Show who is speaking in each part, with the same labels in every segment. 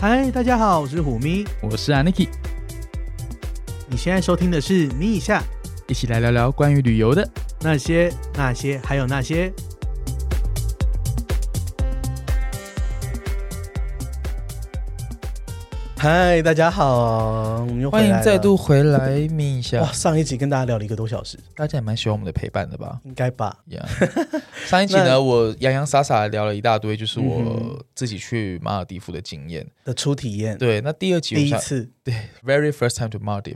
Speaker 1: 嗨，大家好，我是虎咪。
Speaker 2: 我是 Aniki，
Speaker 1: 你现在收听的是《咪一下
Speaker 2: 一起来聊聊关于旅游的。
Speaker 1: 那些那些还有那些》。
Speaker 3: 嗨，大家好，我们又回
Speaker 2: 欢
Speaker 3: 来
Speaker 2: 迎
Speaker 3: 了
Speaker 2: 再度回来密一下
Speaker 3: 哇！，上一集跟大家聊了一个多小时，
Speaker 2: 大家也蛮喜欢我们的陪伴的吧？
Speaker 3: 应该吧？
Speaker 2: 呀、 上一集呢，我洋洋洒洒地聊了一大堆，就是
Speaker 3: 嗯
Speaker 2: 我自己去马尔蒂夫的经验。
Speaker 3: 的初体验，
Speaker 2: 对，那第二嗯集
Speaker 3: 第一
Speaker 2: 我想
Speaker 3: 次，
Speaker 2: very first time to Maldives，、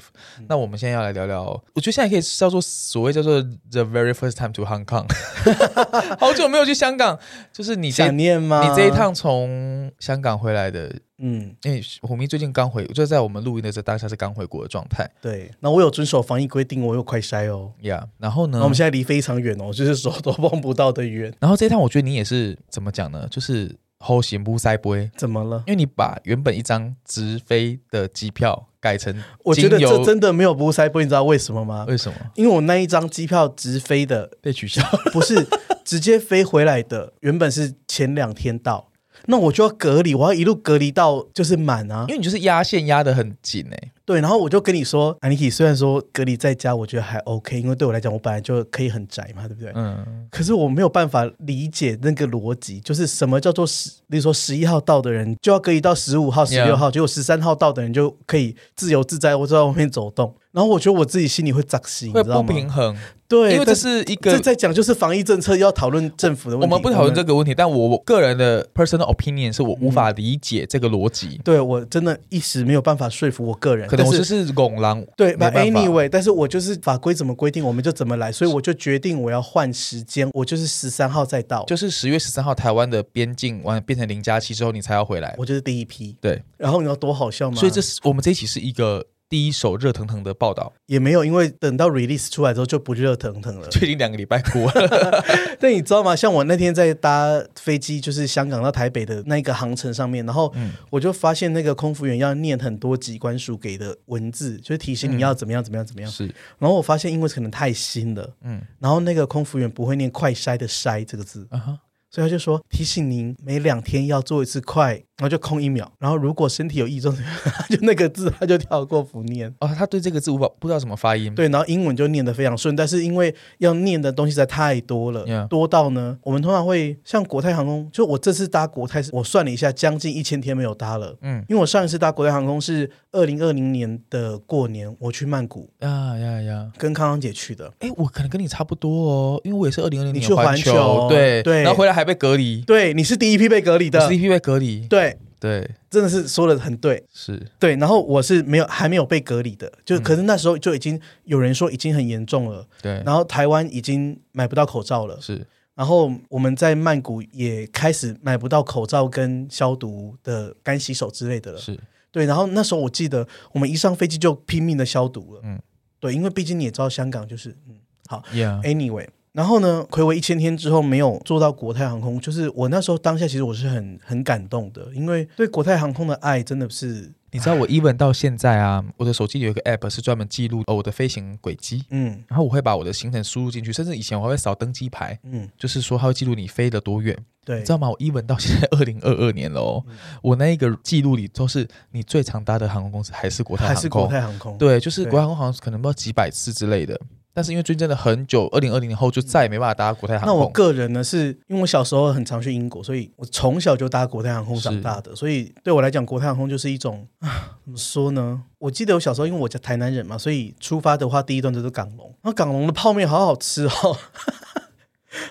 Speaker 2: 那我们现在要来聊聊，我觉得现在可以叫做所谓叫做 the very first time to Hong Kong，好久没有去香港，就是你这
Speaker 3: 想
Speaker 2: 你
Speaker 3: 念吗？
Speaker 2: 这一，趟从香港回来的
Speaker 3: 嗯，
Speaker 2: 因为虎迷最近刚回，就在我们录音的这当下是刚回国的状态
Speaker 3: 对。那我有遵守防疫规定，我有快筛哦。
Speaker 2: 呀。Yeah, 然后呢
Speaker 3: 那、，我们现在离非常远哦，就是手都碰不到的远。
Speaker 2: 然后这一趟我觉得你也是怎么讲呢？就是后行不塞不，因
Speaker 3: 怎么了？
Speaker 2: 为你把原本一张直飞的机票改成
Speaker 3: 我觉得
Speaker 2: 经由呃
Speaker 3: 这真的没有不塞波，你知道为什么吗？
Speaker 2: 为什么
Speaker 3: 因为我那一张机票直飞的，
Speaker 2: 被取消？
Speaker 3: 不是直接飞回来的，原本是前两天到，那我就要隔离，我要一路隔离到就是满啊
Speaker 2: 因。为你就是压线压得很紧哎、
Speaker 3: 对，然后我就跟你说，Aniki，虽然说隔离在家，我觉得还 OK，因为对我来讲，我本来就可以很宅嘛，对不对？
Speaker 2: 嗯，
Speaker 3: 可是我没有办法理解那个逻辑，就是什么叫做十，例如说十一号到的人就要隔离到十五号、十
Speaker 2: Yeah
Speaker 3: 六号结果十三号到的人就可以自由自在，我在外面走 动。然后我觉得我自己心里会扎心，你
Speaker 2: 会
Speaker 3: 知道
Speaker 2: 不
Speaker 3: 吗？
Speaker 2: 平衡，
Speaker 3: 对，
Speaker 2: 因为这
Speaker 3: 但是
Speaker 2: 是一
Speaker 3: 这
Speaker 2: 个。
Speaker 3: 在讲就是防疫政策要讨论政府的问
Speaker 2: 我
Speaker 3: 题，
Speaker 2: 们不讨论这。个问题，但我我个人的 personal opinion 是我无法理解这个逻辑，
Speaker 3: 对我真的一时没有办法说服我个人，
Speaker 2: 可能我
Speaker 3: 但
Speaker 2: 就是是拱狼，
Speaker 3: 对
Speaker 2: 没
Speaker 3: ，but
Speaker 2: 办法
Speaker 3: anyway，但是我就是法规怎么规定我们就怎么来，所以我就决定我要换时间，我就是十三号再到，
Speaker 2: 就是十月十三号台湾的边境完变成零加七之后，你才要回来。
Speaker 3: 我就是第一批。
Speaker 2: 对，
Speaker 3: 然后你知道多好笑吗？
Speaker 2: 所以这是我们这一期是一个第一手热腾腾的报道，。
Speaker 3: 也没有，因为等到 release 出来之后就不热腾腾了
Speaker 2: 最近两个礼拜过 了。
Speaker 3: 但你知道吗？像我那天在搭飞机，就是香港到台北的那个航程上面，然后我就发现那个空服员要念很多机关署给的文字，就是提醒你要怎么样怎么样怎么样。
Speaker 2: 是，
Speaker 3: 然后我发现，因为可能太新了，
Speaker 2: 嗯
Speaker 3: 然后那个空服员不会念“快筛”的“筛”这个字，
Speaker 2: 啊哈，
Speaker 3: 所以他就说提醒您每两天要做一次快，然后就空一秒，然后如果身体有异状， 就那个字他就跳过不念。
Speaker 2: 哦，他对这个字无法不知道怎么发音。
Speaker 3: 对，然后英文就念得非常顺，但是因为要念的东西实在太多了
Speaker 2: Yeah
Speaker 3: 多到呢，我们通常会像国泰航空，就我这次搭国泰是，我算了一下，将近一千天没有搭了。
Speaker 2: 嗯
Speaker 3: 因为我上一次搭国泰航空是二零二零年的过年，我去曼谷
Speaker 2: 啊呀呀，
Speaker 3: 跟康康姐去的。
Speaker 2: 哎，我可能跟你差不多哦，因为我也是二零二零
Speaker 3: 你
Speaker 2: 年
Speaker 3: 去
Speaker 2: 环
Speaker 3: 环球
Speaker 2: 对
Speaker 3: 对
Speaker 2: 然后回来还被隔离，
Speaker 3: 对，你是第一批被隔离的，
Speaker 2: CP 被隔离，
Speaker 3: 对，
Speaker 2: 对，
Speaker 3: 真的是说的很对。
Speaker 2: 是，
Speaker 3: 对，然后我是没有还没有被隔离的，就、
Speaker 2: 嗯
Speaker 3: 可是那时候就已经有人说已经很严重了，
Speaker 2: 对，
Speaker 3: 然后台湾已经买不到口罩了，
Speaker 2: 是，
Speaker 3: 然后我们在曼谷也开始买不到口罩跟消毒的干洗手之类的了。
Speaker 2: 是，
Speaker 3: 对，然后那时候我记得我们一上飞机就拼命的消毒了。
Speaker 2: 嗯
Speaker 3: 嗯，对，因为毕竟你也知道香港就是嗯
Speaker 2: 呀，
Speaker 3: ，anyway。然后呢，暌违一千天之后没有坐到国泰航空，就是我那时候当下其实我是很很感动的，因为对国泰航空的爱真的是，
Speaker 2: 你知道我 even 到现在啊，我的手机有一个 app 是专门记录哦我的飞行轨迹，
Speaker 3: 嗯
Speaker 2: 然后我会把我的行程输入进去，甚至以前我还会扫登机牌，
Speaker 3: 嗯，
Speaker 2: 就是说它会记录你飞了多远，
Speaker 3: 对
Speaker 2: 你知，道吗？
Speaker 3: 哎
Speaker 2: 我一文到现在二零二二年了哦，
Speaker 3: 嗯
Speaker 2: 我那一个记录里都是你最常搭的航空公司还是国泰
Speaker 3: 还
Speaker 2: 航空，
Speaker 3: 是国泰航空，
Speaker 2: 对，就是
Speaker 3: 对
Speaker 2: 国泰航空好像可能不知道几百次之类的，但是因为最近真的很久，二零二零年后就再也没办法搭国泰航
Speaker 3: 那
Speaker 2: 空。
Speaker 3: 我个人呢，是因为我小时候很常去英国，所以我从小就搭国泰航空长大的，所以对我来讲，国泰航空就是一种啊，怎么说呢？我记得我小时候，因为我家台南人嘛，所以出发的话，第一段就是港龙，然后港龙的泡面好好吃哦，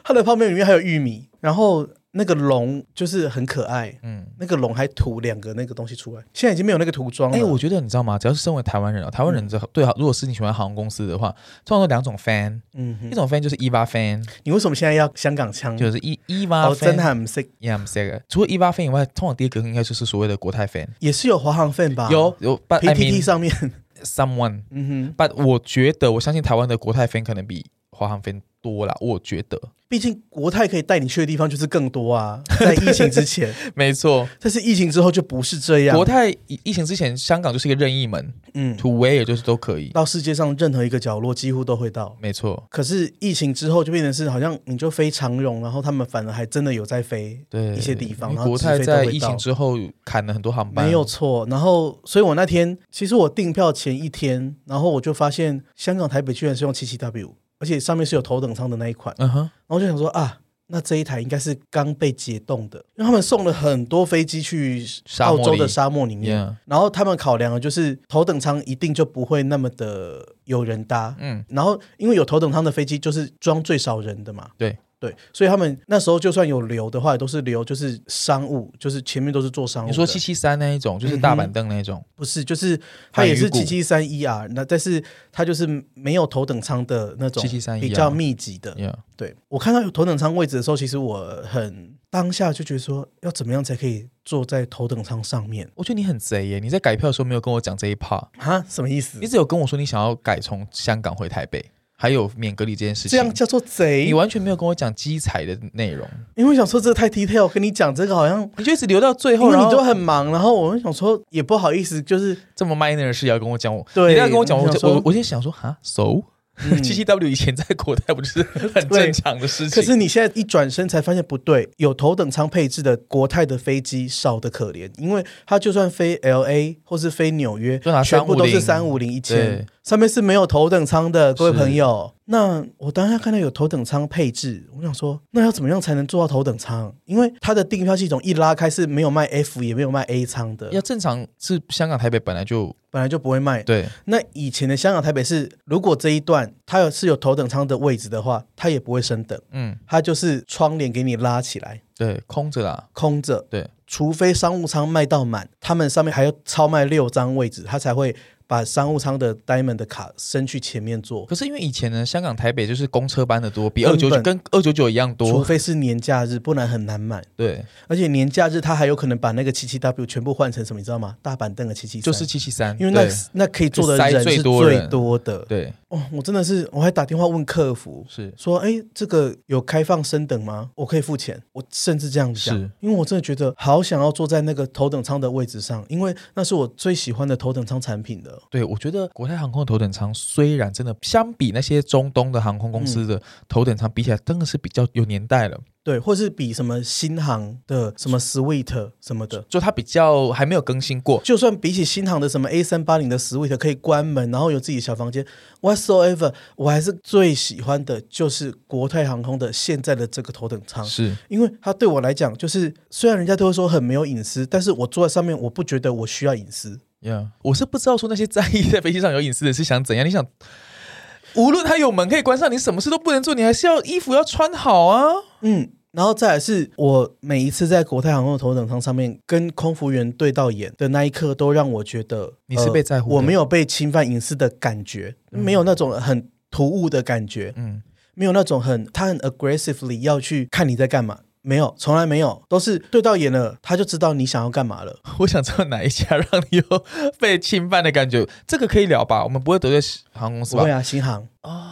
Speaker 3: 它的泡面里面还有玉米，然后那个龙就是很可爱，
Speaker 2: 嗯，
Speaker 3: 那个龙还涂两个那个东西出来，现在已经没有那个涂装了。
Speaker 2: 哎、我觉得你知道吗？只要是身为台湾人啊，台湾人这对啊，如果是你喜欢航空公司的话，通常有两种 fan，、
Speaker 3: 嗯哼，
Speaker 2: 一种 fan 就是 EVA fan，
Speaker 3: 你为什么现在要香港腔？
Speaker 2: 就是 E EVA
Speaker 3: 哦，真
Speaker 2: fan，、
Speaker 3: 很 sick，
Speaker 2: yeah, I'm sick 除了 EVA fan 以外，通常第一个应该就是所谓的国泰 fan，、
Speaker 3: 也是有华航 fan 吧？
Speaker 2: 有有，but I
Speaker 3: PTT
Speaker 2: mean
Speaker 3: 上面，
Speaker 2: someone。
Speaker 3: 嗯哼。
Speaker 2: 但我觉得，我相信台湾的国泰 fan 可能比华航 fan 多啦，我觉得
Speaker 3: 毕竟国泰可以带你去的地方就是更多啊， 在疫情之 前，
Speaker 2: 没错。
Speaker 3: 但是疫情之后就不是这样。
Speaker 2: 国泰疫疫情之前，香港就是一个任意门
Speaker 3: 嗯，
Speaker 2: ，to where 就是都可以，
Speaker 3: 到世界上任何一个角落几乎都会到。
Speaker 2: 没错，
Speaker 3: 可是疫情之后就变成是好像你就飞长荣，然后他们反而还真的有在飞，
Speaker 2: 对
Speaker 3: 一些地方
Speaker 2: 因
Speaker 3: 然后
Speaker 2: 为国泰
Speaker 3: 直飞都会
Speaker 2: 在疫情之后砍了很多航班，
Speaker 3: 没有错。然后，所以我那天其实我订票前一天，然后我就发现香港台北居然是用七七 W，而且上面是有头等舱的那一款，
Speaker 2: 嗯哼，
Speaker 3: 然后我就想说啊。那这一台应该是刚被解冻的，因为他们送了很多飞机去
Speaker 2: 沙
Speaker 3: 澳
Speaker 2: 漠
Speaker 3: 洲
Speaker 2: 里
Speaker 3: 的沙漠里面
Speaker 2: Yeah
Speaker 3: 然后他们考量的就是头等舱一定就不会那么的有人搭，
Speaker 2: 嗯，
Speaker 3: 然后因为有头等舱的飞机就是装最少人的嘛，
Speaker 2: 对
Speaker 3: 对，所以他们那时候就算有留的话，也都是留就是商务，就是前面都是做商务的。
Speaker 2: 你说七七三那一种，
Speaker 3: 嗯
Speaker 2: 就是大板凳那一种，
Speaker 3: 不是，就是它也是
Speaker 2: 反鱼
Speaker 3: 七
Speaker 2: 骨
Speaker 3: 七三一 R，那但是它就是没有头等舱的那种
Speaker 2: 773
Speaker 3: 比较密集的。
Speaker 2: yeah，
Speaker 3: 对我看到有头等舱位置的时候，其实我很当下就觉得说，要怎么样才可以坐在头等舱上面
Speaker 2: 我觉得你很贼耶，你在改票的时候没有跟我讲这一 part，
Speaker 3: 啊？什么意思
Speaker 2: 你？只有跟我说你想要改从香港回台北，还有免隔离这件事情，
Speaker 3: 这样叫做贼
Speaker 2: 你？完全没有跟我讲机彩的内容，
Speaker 3: 因为我想说这太 detail，跟你讲这个好像。
Speaker 2: 你就一直留到最
Speaker 3: 因
Speaker 2: 后，
Speaker 3: 为
Speaker 2: 然
Speaker 3: 你都
Speaker 2: 后
Speaker 3: 很忙，然后我们想说也不好意思，就是
Speaker 2: 这么 minor 的事也要跟我讲，我
Speaker 3: 对
Speaker 2: 你要跟我讲，我
Speaker 3: 我想
Speaker 2: 就
Speaker 3: 说
Speaker 2: 我我就想说哈，so
Speaker 3: 嗯
Speaker 2: 七七 W 以前在国泰不就是很
Speaker 3: 对
Speaker 2: 正常的事情？
Speaker 3: 可是你现在一转身才发现不对，有头等舱配置的国泰的飞机少的可怜，因为它就算飞 L A 或是飞纽约
Speaker 2: 就拿，
Speaker 3: 全部都是
Speaker 2: 350
Speaker 3: 三五零一千
Speaker 2: 对，
Speaker 3: 上面是没有头等舱的，各位朋友。那我当下看到有头等舱配置，我想说，那要怎么样才能做到头等舱？因为它的订票系统一拉开是没有卖 F 也没有卖 A 舱的，
Speaker 2: 要正常是香港台北本来就
Speaker 3: 本来就不会卖。
Speaker 2: 对，
Speaker 3: 那以前的香港台北是，如果这一段它有是有头等舱的位置的话，它也不会升等，
Speaker 2: 嗯，
Speaker 3: 它就是窗帘给你拉起来。
Speaker 2: 对，空着啦，
Speaker 3: 空着，
Speaker 2: 对，
Speaker 3: 除非商务舱卖到满，他们上面还要超卖六张位置，他才会把商务舱的 Diamond 的卡伸去前面坐。
Speaker 2: 可是因为以前呢，香港台北就是公车班的多，比二
Speaker 3: 根
Speaker 2: 九
Speaker 3: 本
Speaker 2: 九跟二九九一样
Speaker 3: 除
Speaker 2: 多，
Speaker 3: 非是年假日，不然很难买。
Speaker 2: 对，
Speaker 3: 而且年假日他还有可能把那个七七 W 全部换成什么，你知道吗？大板凳的七七，
Speaker 2: 就是七七三，
Speaker 3: 因为那
Speaker 2: 对
Speaker 3: 那可以坐的人
Speaker 2: 就塞
Speaker 3: 是
Speaker 2: 最多人
Speaker 3: 最多的。
Speaker 2: 对
Speaker 3: 哦，我真的是，我还打电话问客服，
Speaker 2: 是
Speaker 3: 说，哎，这个有开放升等吗？我可以付钱。我甚至这样讲
Speaker 2: 是，
Speaker 3: 因为我真的觉得好想要坐在那个头等舱的位置上，因为那是我最喜欢的头等舱产品的。
Speaker 2: 对，我觉得国泰航空的头等舱虽然真的相比那些中东的航空公司的头等舱比起来，真的是比较有年代了，
Speaker 3: 对，或是比什么新航的什么 Sweet 什么的，
Speaker 2: 就它比较还没有更新过。
Speaker 3: 就算比起新航的什么 A 三八零的 Sweet 可以关门，然后有自己的小房间，whatsoever，我还是最喜欢的就是国泰航空的现在的这个头等舱。
Speaker 2: 是
Speaker 3: 因为它对我来讲，就是虽然人家都会说很没有隐私，但是我坐在上面，我不觉得我需要隐私。
Speaker 2: ，Yeah，我是不知道说那些在意在飞机上有隐私的是想怎样？你想，无论它有门可以关上，你什么事都不能做，你还是要衣服要穿好啊。
Speaker 3: 嗯，然后再来是我每一次在国泰航空的头等舱上面跟空服员对到眼的那一刻，都让我觉得呃
Speaker 2: 你是被在乎的
Speaker 3: 我没有被侵犯隐私的感觉，没有那种很突兀的感觉，
Speaker 2: 嗯，
Speaker 3: 没有那种很他很 aggressively 要去看你在干嘛。没有，从来没有，都是对到眼了，他就知道你想要干嘛了。
Speaker 2: 我想知道哪一家让你有被侵犯的感觉，这个可以聊吧？我们不会得罪航空公司
Speaker 3: 不
Speaker 2: 吧
Speaker 3: 会？啊，新航啊，
Speaker 2: 哦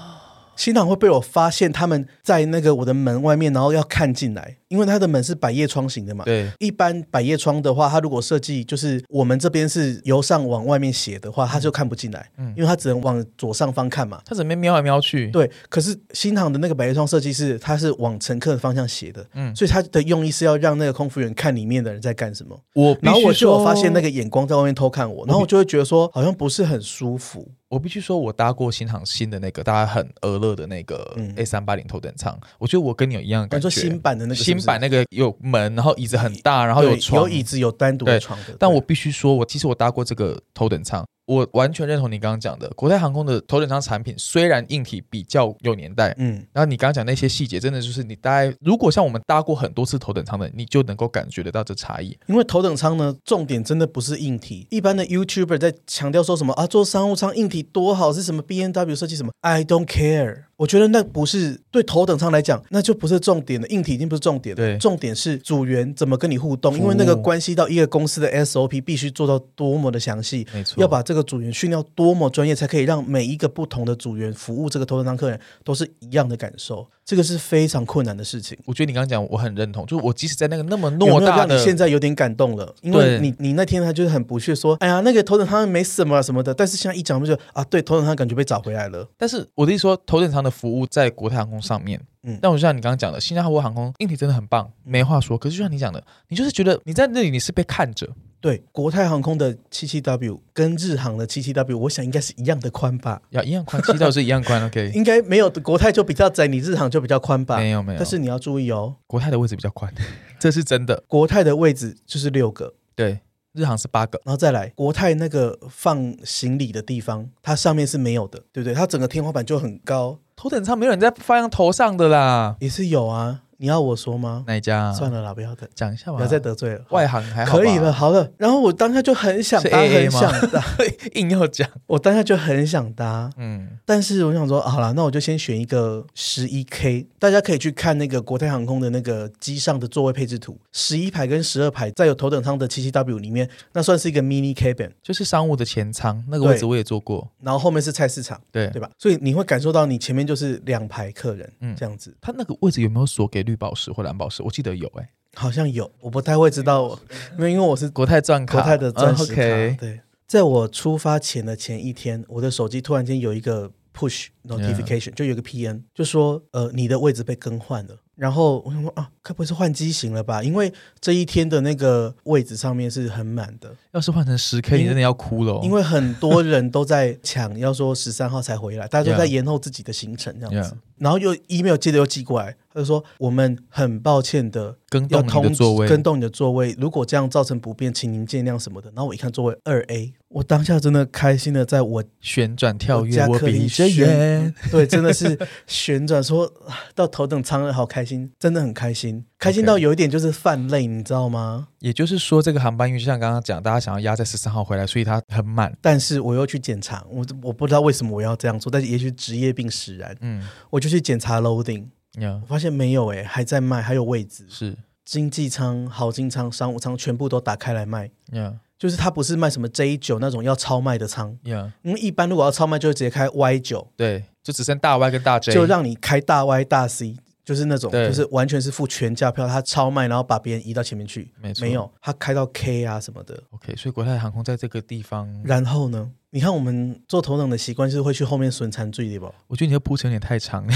Speaker 3: 新航会被我发现他们在那个我的门外面，然后要看进来，因为它的门是百叶窗型的嘛。
Speaker 2: 对，
Speaker 3: 一般百叶窗的话，它如果设计就是我们这边是由上往外面斜的话，它就看不进来，
Speaker 2: 嗯
Speaker 3: 因为它只能往左上方看嘛。
Speaker 2: 它怎么瞄来瞄去？
Speaker 3: 对，可是新航的那个百叶窗设计是它是往乘客的方向斜的，
Speaker 2: 嗯
Speaker 3: 所以它的用意是要让那个空服员看里面的人在干什么。
Speaker 2: 我必须
Speaker 3: 然后我就有
Speaker 2: 说
Speaker 3: 发现那个眼光在外面偷看我，然后我就会觉得说好像不是很舒服。
Speaker 2: 我必须说，我搭过新航新的那个，大家很俄乐的那个
Speaker 3: 嗯
Speaker 2: A 三八零头等舱，我觉得我跟你有一样的
Speaker 3: 你
Speaker 2: 感觉。
Speaker 3: 说新版的那个是不是
Speaker 2: 新版那个有门，然后椅子很大，然后
Speaker 3: 对
Speaker 2: 有床，
Speaker 3: 有椅子，有单独的
Speaker 2: 对
Speaker 3: 床的。
Speaker 2: 但
Speaker 3: 对
Speaker 2: 我必须说，我其实我搭过这个头等舱，我完全认同你刚刚讲的，国泰航空的头等舱产品虽然硬体比较有年代。
Speaker 3: 嗯，
Speaker 2: 然后你刚刚讲那些细节，真的就是你大概如果像我们搭过很多次头等舱的，你就能够感觉得到这差异。
Speaker 3: 因为头等舱呢，重点真的不是硬体。一般的 YouTuber 在强调说什么啊，做商务舱硬体多好，是什么 B N W 设计什么，I don't care。我觉得那不是对头等舱来讲，那就不是重点了，硬体已经不是重点了。
Speaker 2: 对
Speaker 3: 重点是组员怎么跟你互动，
Speaker 2: 服务
Speaker 3: 因为那个关系到一个公司的 SOP 必须做到多么的详细，
Speaker 2: 没错，
Speaker 3: 要把这个组员训练到多么专业，才可以让每一个不同的组员服务这个头等舱客人都是一样的感受，这个是非常困难的事情。
Speaker 2: 我觉得你刚刚讲我很认同，就是我即使在那个那么
Speaker 3: 有
Speaker 2: 偌
Speaker 3: 没有
Speaker 2: 大
Speaker 3: 让
Speaker 2: 的
Speaker 3: 你现在有点感动了，因为
Speaker 2: 对
Speaker 3: 你你那天他就是很不屑说，哎呀，那个头等舱没什么啊什么的，但是现在一讲不就啊，对，头等舱感觉被找回来了，
Speaker 2: 但是我的意思说，头等舱的服务在国泰航空上面，
Speaker 3: 嗯
Speaker 2: 嗯，但我就像你刚刚讲的，新加坡航空硬体真的很棒，没话说。可是就像你讲的，你就是觉得你在那里你是被看着，
Speaker 3: 对，国泰航空的 77W 跟日航的 77W，我想应该是一样的宽吧，
Speaker 2: 要一 样宽，七道是一样宽，OK，
Speaker 3: 应该没有国泰就比较窄，你日航就比较宽吧，
Speaker 2: 没有没有，
Speaker 3: 但是你要注意哦，
Speaker 2: 国泰的位置比较宽， 这是真的。
Speaker 3: 国泰的位置就是六个，
Speaker 2: 对，日航是八个，
Speaker 3: 然后再来，国泰那个放行李的地方，它上面是没有的，对不对？它整个天花板就很高，
Speaker 2: 头等舱没有人在放头上的啦，
Speaker 3: 也是有啊。你要我说吗？
Speaker 2: 哪一家、啊？
Speaker 3: 算了啦，不要的，
Speaker 2: 讲一下吧，
Speaker 3: 不要再得罪了。
Speaker 2: 外航还好吧
Speaker 3: 可以了，，好了。然后我当下就很想
Speaker 2: 是
Speaker 3: 搭，很
Speaker 2: AA 吗
Speaker 3: 想搭，
Speaker 2: 硬要讲，
Speaker 3: 我当下就很想搭。
Speaker 2: 嗯，
Speaker 3: 但是我想说，好啦，那我就先选一个十一 K，大家可以去看那个国泰航空的那个机上的座位配置图，十一排跟十二排，在有头等舱的七七 W 里面，那算是一个 mini cabin，
Speaker 2: 就是商务的前舱那个位置
Speaker 3: 对
Speaker 2: 我也坐过，
Speaker 3: 然后后面是菜市场，
Speaker 2: 对，
Speaker 3: 对吧？所以你会感受到你前面就是两排客人，
Speaker 2: 嗯
Speaker 3: 这样子
Speaker 2: 它那个位置有没有锁给绿宝石或蓝宝石？我记得有、欸，哎，
Speaker 3: 好像有，我不太会知道，因为因为我是
Speaker 2: 国泰钻卡，
Speaker 3: 国泰的钻
Speaker 2: 嗯
Speaker 3: 石卡，
Speaker 2: OK，
Speaker 3: 对。在我出发前的前一天，我的手机突然间有一个 push notification，、就有一个 PN，就说呃你的位置被更换了。然后我想说啊，该不会是换机型了吧？因为这一天的那个位置上面是很满的，
Speaker 2: 要是换成十 K，
Speaker 3: 因为
Speaker 2: 你真的要哭了、哦。
Speaker 3: 因为很多人都在抢，要说十三号才回来，大家都在
Speaker 2: Yeah.
Speaker 3: 延后自己的行程这样子。
Speaker 2: Yeah.
Speaker 3: 然后又 email 接着又寄过来，他就说我们很抱歉的
Speaker 2: 更
Speaker 3: 要
Speaker 2: 动你
Speaker 3: 通
Speaker 2: 的座位，
Speaker 3: 跟动你的座位，如果这样造成不便，请您见谅什么的。然后我一看座位二 A，我当下真的开心的在我
Speaker 2: 旋转跳
Speaker 3: 我家
Speaker 2: 跃，我
Speaker 3: 客厅
Speaker 2: 比你先
Speaker 3: 旋
Speaker 2: 远。
Speaker 3: 对，真的 是旋转说啊到头等舱了，好开心，真的很开心，开心到有一点就是泛泪，你知道吗？
Speaker 2: 也就是说，这个航班因为就像刚刚讲，大家想要压在十三号回来，所以它很满。
Speaker 3: 但是我又去检查，我我不知道为什么我要这样做，但是也许职业病使然，
Speaker 2: 嗯，
Speaker 3: 我就去检查 loading，
Speaker 2: 呀、
Speaker 3: 我发现没有诶、欸还在卖，还有位置，
Speaker 2: 是
Speaker 3: 经济舱、豪金舱、商务舱全部都打开来卖，
Speaker 2: 呀
Speaker 3: 就是它不是卖什么 J 九那种要超卖的舱。
Speaker 2: 呀，
Speaker 3: 因嗯为一般如果要超卖，就会直接开 Y 九，
Speaker 2: 对，就只剩大 Y 跟大 J，
Speaker 3: 就让你开大 Y 大 C，就是那种
Speaker 2: 对
Speaker 3: 就是完全是付全价票，它超卖，然后把别人移到前面去。
Speaker 2: 没错
Speaker 3: 没有，它开到 K 啊什么的。
Speaker 2: OK。所以国泰航空在这个地方，
Speaker 3: 然后呢，你看我们做头等的习惯是会去后面损残罪的吧？
Speaker 2: 我觉得你的铺陈有点太长了。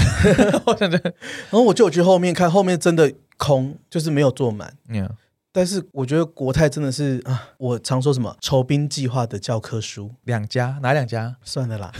Speaker 2: 我想着，
Speaker 3: 然后我就有去后面看，后面真的空，就是没有坐满。
Speaker 2: 呀
Speaker 3: 但是我觉得国泰真的是啊，我常说什么筹兵计划的教科书，
Speaker 2: 两家哪两家？
Speaker 3: 算了 啦。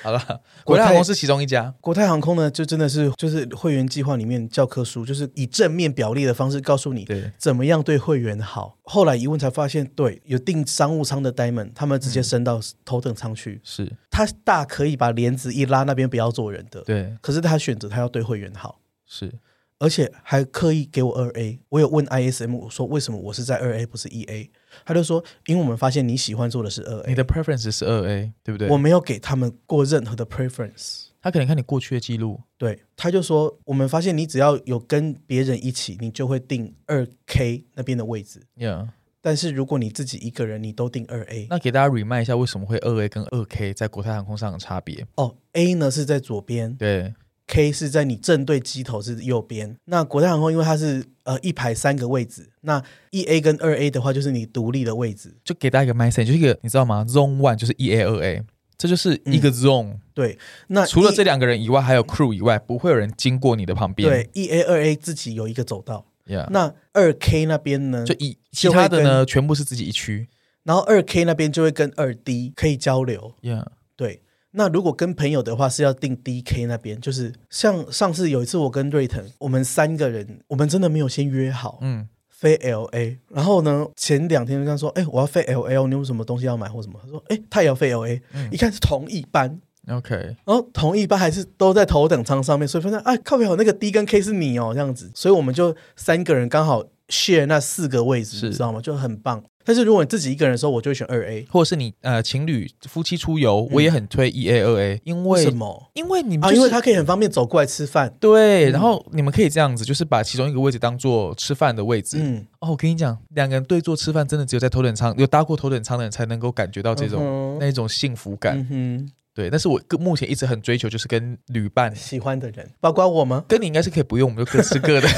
Speaker 2: 好了，
Speaker 3: 国
Speaker 2: 国
Speaker 3: 泰
Speaker 2: 泰航空是其中一家。
Speaker 3: 国泰航空呢，就真的是就是会员计划里面教科书，就是以正面表列的方式告诉你
Speaker 2: 对，
Speaker 3: 怎么样对会员好？后来一问才发现，对，有订商务舱的 Diamond，他们直接升到头等舱去，
Speaker 2: 是，
Speaker 3: 他大可以把帘子一拉，那边不要坐人的。
Speaker 2: 对，
Speaker 3: 可是他选择他要对会员好，
Speaker 2: 是，
Speaker 3: 而且还刻意给我二 A。我有问 ISM 我说为什么我是在二 A 不是一 A，他就说因为我们发现你喜欢做的是二
Speaker 2: 你
Speaker 3: A，
Speaker 2: 的 preference 是二 A，对不对？
Speaker 3: 我没有给他们过任何的 preference。
Speaker 2: 他可能看你过去的记录，
Speaker 3: 对，他就说我们发现你只要有跟别人一起，你就会订二 K 那边的位置。
Speaker 2: yeah.
Speaker 3: 但是如果你自己一个人，你都订二 A，
Speaker 2: 那给大家 remind 一下，为什么会二 A 跟二 K 在国泰航空上的差别？
Speaker 3: 哦，A 呢是在左边
Speaker 2: 对，
Speaker 3: ，K 是在你正对机头是右边。那国泰航空因为它是呃一排三个位置，那一 A 跟二 A 的话就是你独立的位置。
Speaker 2: 就给大家一个 mindset，就是一个你知道吗？Zone One 就是一 A 二 A，这就是一个 zone、
Speaker 3: 对，嗯那
Speaker 2: 除了
Speaker 3: 一
Speaker 2: 这两个人以外，还有 crew 以外，不会有人经过你的旁边。啊
Speaker 3: 对一 A 二 A 自己有一个走道，
Speaker 2: ，yeah,
Speaker 3: 那二 K 那边呢
Speaker 2: 就，一其
Speaker 3: 就会
Speaker 2: 他的呢，全部是自己一区。
Speaker 3: 然后二 K 那边就会跟二 D 可以交流。
Speaker 2: Yeah，
Speaker 3: 对，那如果跟朋友的话是要订 DK 那边，就是像上次有一次我跟瑞腾，我们三个人，我们真的没有先约好，
Speaker 2: 嗯，
Speaker 3: 飞 L A，然后呢，前两天就跟他说，哎、我要飞 L A，你有什么东西要买或什么？他说，哎、他也要飞 L A，、一
Speaker 2: 嗯
Speaker 3: 看是同一班，
Speaker 2: OK，
Speaker 3: 然后同一班还是都在头等舱上面，所以发现，哎，靠边好，那个 D 跟 K 是你哦，这样子，所以我们就三个人刚好 share 那四个位置，
Speaker 2: 是
Speaker 3: 你知道吗？就很棒。但是如果你自己一个人的时候，我就会选二 A。
Speaker 2: 或者是你呃情侣夫妻出游，我也很推一 A 二 A，因
Speaker 3: 为
Speaker 2: 嗯为
Speaker 3: 什么
Speaker 2: 因为你们、
Speaker 3: 啊？
Speaker 2: 就是嗯
Speaker 3: 因为他可以很方便走过来吃饭。
Speaker 2: 对，然后你们可以这样子，就是把其中一个位置当做吃饭的位置。
Speaker 3: 嗯，
Speaker 2: 哦，我跟你讲，两个人对坐吃饭，真的只有在头等舱有搭过头等舱的人才能够感觉哦到这种、
Speaker 3: 种
Speaker 2: 那一种幸福感。
Speaker 3: 嗯哼，
Speaker 2: 对，但是我个目前一直很追求，就是跟旅伴，
Speaker 3: 喜欢的人，包括我吗？
Speaker 2: 跟你应该是可以不用，我们就各吃 各的。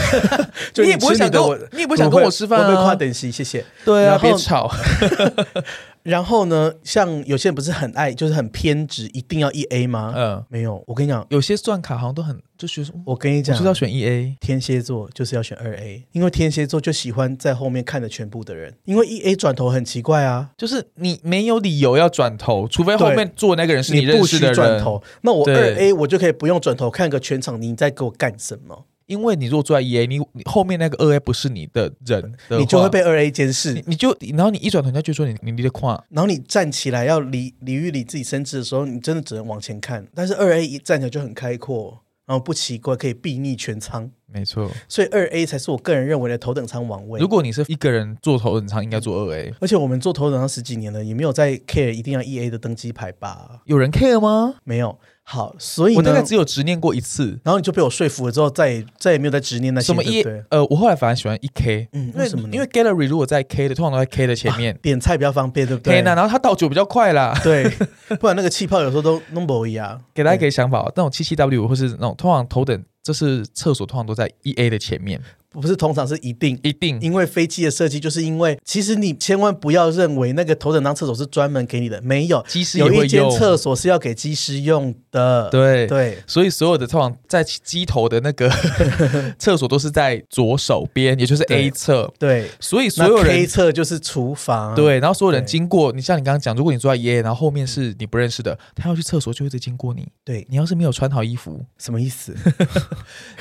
Speaker 3: 就
Speaker 2: 你也不会
Speaker 3: 吃
Speaker 2: 想
Speaker 3: 的
Speaker 2: 跟
Speaker 3: 我
Speaker 2: 我，，你也不会想跟我吃饭
Speaker 3: 我会跨
Speaker 2: 啊？
Speaker 3: 等席，谢谢。
Speaker 2: 对啊，
Speaker 3: 然后
Speaker 2: 别吵。
Speaker 3: 然后呢，像有些人不是很爱，就是很偏执，一定要一 A 吗？
Speaker 2: 嗯，
Speaker 3: 没有，我跟你讲，
Speaker 2: 有些钻卡好像都很，就学生，
Speaker 3: 我跟你
Speaker 2: 我
Speaker 3: 讲
Speaker 2: 就是，要选 E A。
Speaker 3: 天蝎座就是要选二 A，因为天蝎座就喜欢在后面看着全部的人，因为一 A 转头很奇怪啊，
Speaker 2: 就是你没有理由要转头，除非后
Speaker 3: 对
Speaker 2: 面坐那个人是你认
Speaker 3: 不
Speaker 2: 识
Speaker 3: 许
Speaker 2: 的人。
Speaker 3: 转头，那我二
Speaker 2: 对
Speaker 3: A 我就可以不用转头看个全场，你在给我干什么？
Speaker 2: 因为你如果坐在 E A，你你后面那个二 A 不是你的人的话
Speaker 3: 你就会被二 A 监视
Speaker 2: 你。你就然后你一转头，人家就说你你离得跨。
Speaker 3: 然后你站起来要离离于离自己身姿的时候，你真的只能往前看。但是二 A 一站起来就很开阔，然后不奇怪，可以避逆全舱。
Speaker 2: 没错，
Speaker 3: 所以二 A 才是我个人认为的头等舱王位
Speaker 2: 如。果你是一个人坐头等舱，应该坐二 A。
Speaker 3: 而且我们做头等舱十几年了，也没有在 care 一定要 E A 的登机牌吧？
Speaker 2: 有人 care 吗？
Speaker 3: 没有。好，所以
Speaker 2: 我大
Speaker 3: 呢
Speaker 2: 概，只有执念过一次。
Speaker 3: 然后你就被我说服了之后，再也再也没有在执念那些
Speaker 2: 什么
Speaker 3: 对
Speaker 2: 一
Speaker 3: 不对？
Speaker 2: 呃，我后来反而喜欢一 K，
Speaker 3: 嗯
Speaker 2: 因为
Speaker 3: 为什么呢
Speaker 2: 因为 gallery 如果在 K 的，通常都在 K 的前面。
Speaker 3: 点菜比较方便，对不
Speaker 2: K
Speaker 3: 对？
Speaker 2: 呢，然后他倒酒比较快啦，
Speaker 3: 对， 不然那个气泡有时候都弄不一样。
Speaker 2: 给大家一个想法哦，那种七七 W 或是那种通常头等，这是厕所通常都在 E A 的前面，
Speaker 3: 不是通常是一定。
Speaker 2: 一定
Speaker 3: 因为飞机的设计，就是因为其实你千万不要认为那个头等舱厕所是专门给你的，没有，
Speaker 2: 机师也
Speaker 3: 有
Speaker 2: 会
Speaker 3: 一间
Speaker 2: 用。
Speaker 3: 厕所是要给机师用的。
Speaker 2: 对
Speaker 3: 对，
Speaker 2: 所以所有的通常在机头的那个 厕所都是在左手边，也就是 A
Speaker 3: 对
Speaker 2: 侧。
Speaker 3: 对，
Speaker 2: 所以所
Speaker 3: 那
Speaker 2: 有
Speaker 3: K
Speaker 2: 人
Speaker 3: 侧就是厨房，，
Speaker 2: 对，然后所有人
Speaker 3: 对
Speaker 2: 经过，你像你刚刚讲，如果你坐在 E A，然后后面是你不认识的，他要去厕所就会再经过你。
Speaker 3: 对
Speaker 2: 你要是没有穿好衣服，
Speaker 3: 什么意 思？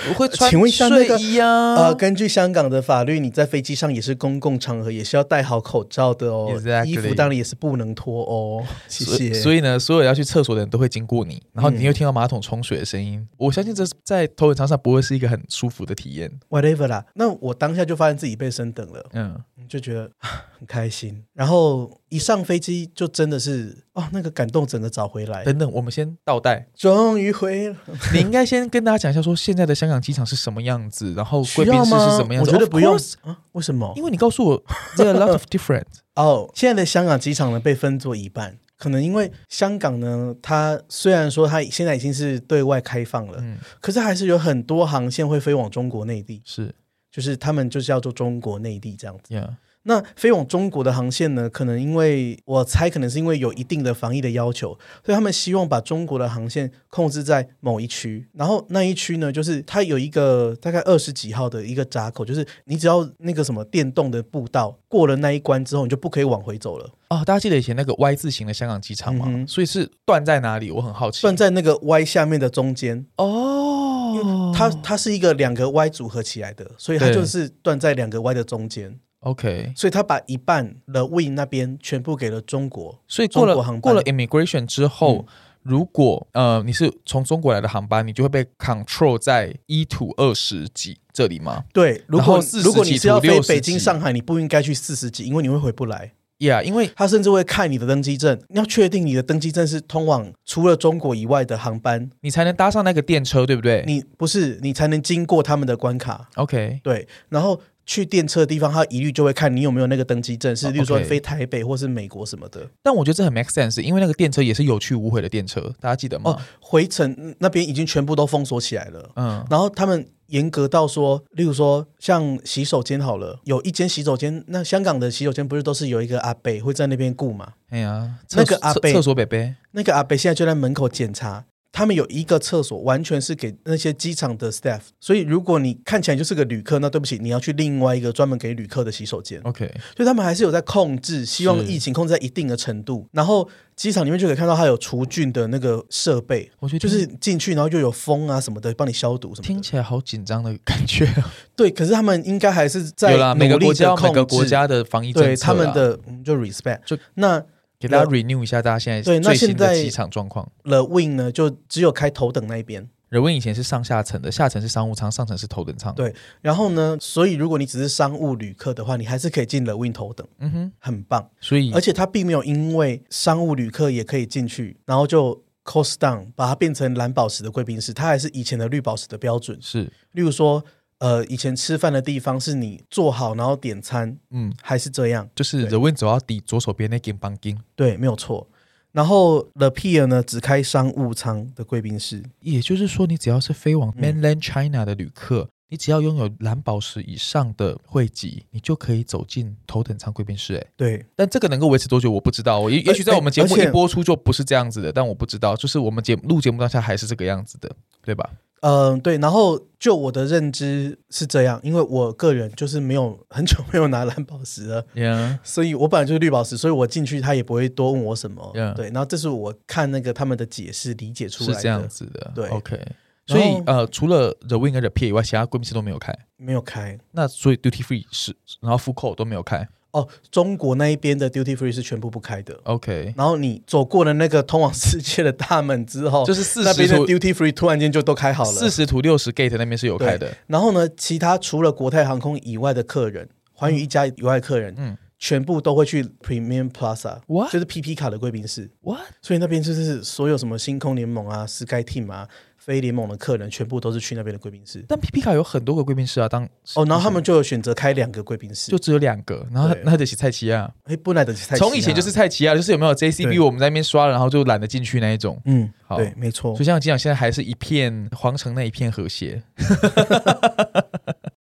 Speaker 2: 我会穿
Speaker 3: 请问一下那
Speaker 2: 睡
Speaker 3: 个
Speaker 2: 衣啊，
Speaker 3: 呃，根据香港的法律，你在飞机上也是公共场合，也是要戴好口罩的哦。
Speaker 2: Exactly
Speaker 3: 衣服当然也是不能脱哦。谢
Speaker 2: 所以
Speaker 3: 谢。
Speaker 2: 所以呢，所有要去厕所的人都会经过你，然后
Speaker 3: 嗯
Speaker 2: 你又听到马桶冲水的声音。我相信这是在头等舱上不会是一个很舒服的体验。
Speaker 3: whatever 啦，那我当下就发现自己被升等了，
Speaker 2: 嗯，
Speaker 3: 就觉得啊很开心。然后一上飞机就真的是哦，那个感动整个找回来，
Speaker 2: 等等，我们先倒带。
Speaker 3: 终于回了。
Speaker 2: 你应该先跟大家讲一下，说现在的香港机场是什么样子，然后
Speaker 3: 需
Speaker 2: 贵宾
Speaker 3: 要
Speaker 2: 室
Speaker 3: 吗？
Speaker 2: 是什么样
Speaker 3: 我
Speaker 2: 子。
Speaker 3: 觉得
Speaker 2: Of
Speaker 3: 不用
Speaker 2: course，
Speaker 3: 啊？为什么？
Speaker 2: 因为你告诉我 there are a lot of different。
Speaker 3: 哦，现在的香港机场呢被分作一半，可能因为香港呢，它虽然说它现在已经是对外开放了，
Speaker 2: 嗯，
Speaker 3: 可是还是有很多航线会飞往中国内地，
Speaker 2: 是
Speaker 3: 就是他们就是要做中国内地这样子。
Speaker 2: ，Yeah，
Speaker 3: 那飞往中国的航线呢，可能因为我猜，可能是因为有一定的防疫的要求，所以他们希望把中国的航线控制在某一区，然后那一区呢，就是它有一个大概二十几号的一个闸口，就是你只要那个什么电动的步道过了那一关之后，你就不可以往回走了。
Speaker 2: 哦，大家记得以前那个 Y 字形的香港机场吗？
Speaker 3: 嗯哼
Speaker 2: 所以是断在哪里？我很好奇。
Speaker 3: 算在那个 Y 下面的中间，
Speaker 2: 哦，
Speaker 3: 它它是一个两个 Y 组合起来的，所以它
Speaker 2: 对
Speaker 3: 就是断在两个 Y 的中间。
Speaker 2: OK，
Speaker 3: 所以他把一半的 Win 那边全部给了中国。
Speaker 2: 所以
Speaker 3: 中
Speaker 2: 过
Speaker 3: 国
Speaker 2: 了
Speaker 3: 航班
Speaker 2: 过了 immigration 之后，
Speaker 3: 嗯
Speaker 2: 如果呃你是从中国来的航班，你就会被 control 在一 to 二十几这里吗
Speaker 3: 对，如
Speaker 2: 然后
Speaker 3: 果
Speaker 2: 40
Speaker 3: 如果你是要飞
Speaker 2: 几
Speaker 3: 北京、
Speaker 2: 60
Speaker 3: 上海，你不应该去四十几，因为你会回不来。
Speaker 2: ？Yeah，因为
Speaker 3: 他甚至会看你的登机证，你要确定你的登机证是通往除了中国以外的航班，
Speaker 2: 你才能搭上那个电车，对不对？
Speaker 3: 你不是你才能经过他们的关卡。
Speaker 2: OK，
Speaker 3: 对，然后去电车的地方，他一律就会看你有没有那个登机证，
Speaker 2: 哦
Speaker 3: 是例如说
Speaker 2: OK
Speaker 3: 飞台北或是美国什么的。
Speaker 2: 但我觉得这很 make sense，因为那个电车也是有去无回的电车，大家记得吗？
Speaker 3: 哦回程嗯那边已经全部都封锁起来了。
Speaker 2: 嗯，
Speaker 3: 然后他们严格到说，例如说像洗手间好了，有一间洗手间，那香港的洗手间不是都是有一个阿伯会在那边顾嘛？
Speaker 2: 哎呀，
Speaker 3: 那
Speaker 2: 厕
Speaker 3: 个阿
Speaker 2: 厕
Speaker 3: 贝
Speaker 2: 厕所北北，
Speaker 3: 那个阿伯现在就在门口检查。他们有一个厕所，完全是给那些机场的 staff，所以如果你看起来就是个旅客，那对不起，你要去另外一个专门给旅客的洗手间。
Speaker 2: OK，
Speaker 3: 所以他们还是有在控制，希望
Speaker 2: 是
Speaker 3: 疫情控制在一定的程度。然后机场里面就可以看到它有除菌的那个设备，
Speaker 2: 我觉得
Speaker 3: 就是进去然后又有风啊什么的帮你消毒什么的。
Speaker 2: 听起来好紧张的感觉。
Speaker 3: 对，可是他们应该还是 在
Speaker 2: 有啦，每个
Speaker 3: 努力
Speaker 2: 国
Speaker 3: 地
Speaker 2: 家有每
Speaker 3: 控
Speaker 2: 个
Speaker 3: 制
Speaker 2: 国家的防疫政策
Speaker 3: 对
Speaker 2: 啦，
Speaker 3: 他们的嗯就 respect
Speaker 2: 就
Speaker 3: 那。
Speaker 2: 给大家 renew 一下大家现在
Speaker 3: 对那
Speaker 2: 最新
Speaker 3: 现
Speaker 2: 的
Speaker 3: 在
Speaker 2: 机场状况。
Speaker 3: The Win 呢，就只有开头等那一边，
Speaker 2: 人文以前是上下层的，下层是商务舱，上层是头等舱。
Speaker 3: 对然后呢，所以如果你只是商务旅客的话，你还是可以进 The Win 头等，
Speaker 2: 嗯哼，
Speaker 3: 很棒。
Speaker 2: 所以
Speaker 3: 而且它并没有因为商务旅客也可以进去，然后就 cost down 把它变成蓝宝石的贵宾室，它还是以前的绿宝石的标准。
Speaker 2: 是
Speaker 3: 例如说，呃，以前吃饭的地方是你坐好然后点餐，
Speaker 2: 嗯，
Speaker 3: 还是这样？
Speaker 2: 就是 The Win 走到底，左手边那根棒筋，
Speaker 3: 对，没有错。然后 The Pier 呢，只开商务舱的贵宾室，
Speaker 2: 也就是说，你只要是飞
Speaker 3: 嗯
Speaker 2: 往 Mainland China 的旅客，你只要拥有蓝宝石以上的会籍，你就可以走进头等舱贵宾室、欸。
Speaker 3: 对，
Speaker 2: 但这个能够维持多久，我不知道。我也也许在我们节目
Speaker 3: 而且
Speaker 2: 一播出就不是这样子的，但我不知道，就是我们节目录节目当下还是这个样子的，对吧？
Speaker 3: 嗯、对。然后就我的认知是这样，因为我个人就是没有很久没有拿蓝宝石了，
Speaker 2: Yeah，
Speaker 3: 所以我本来就是绿宝石，所以我进去他也不会多问我什么。
Speaker 2: Yeah
Speaker 3: 对，然后这是我看那个他们的解释理解出来
Speaker 2: 是
Speaker 3: 的，
Speaker 2: 这样子的。
Speaker 3: 对
Speaker 2: ，OK。所
Speaker 3: 然后
Speaker 2: 以呃，除了 The Wing 跟 The Pier 以外，其他贵宾室都没有开。
Speaker 3: 没有开
Speaker 2: 那所以 Duty Free 是，然后 Food Court 都没有开。
Speaker 3: 哦。中国那一边的 duty free 是全部不开的。
Speaker 2: OK，
Speaker 3: 然后你走过了那个通往世界的大门之后，
Speaker 2: 哦就是四
Speaker 3: 那边
Speaker 2: 十
Speaker 3: 的
Speaker 2: 图
Speaker 3: duty free 突然间就都开好
Speaker 2: 四
Speaker 3: 了。
Speaker 2: 十图六十 Gate 那边是有开的。
Speaker 3: 然后呢，其他除了国泰航空以外的客人，寰宇一家以外的客人，
Speaker 2: 嗯
Speaker 3: 全部都会去 Premium Plaza，
Speaker 2: What？
Speaker 3: 就是 PP 卡的贵宾室。
Speaker 2: What？
Speaker 3: 所以那边就是所有什么星空联盟啊、Sky Team 啊、非联盟的客人，全部都是去那边的贵宾室。
Speaker 2: 但 PP 卡有很多个贵宾室啊，当
Speaker 3: 哦，然后他们就有选择开两个贵宾室，
Speaker 2: 就
Speaker 3: 就
Speaker 2: 只有两个，然后
Speaker 3: 对
Speaker 2: 那得起蔡奇亚。
Speaker 3: 哎，布莱德奇泰奇啊
Speaker 2: 从以前就是蔡奇亚，就是有没有
Speaker 3: 对
Speaker 2: JCB 我们在那边刷了，然后就懒得进去那一种。
Speaker 3: 嗯，
Speaker 2: 好
Speaker 3: 对，没错
Speaker 2: 所以，像机场现在还是一片皇城那一片和谐。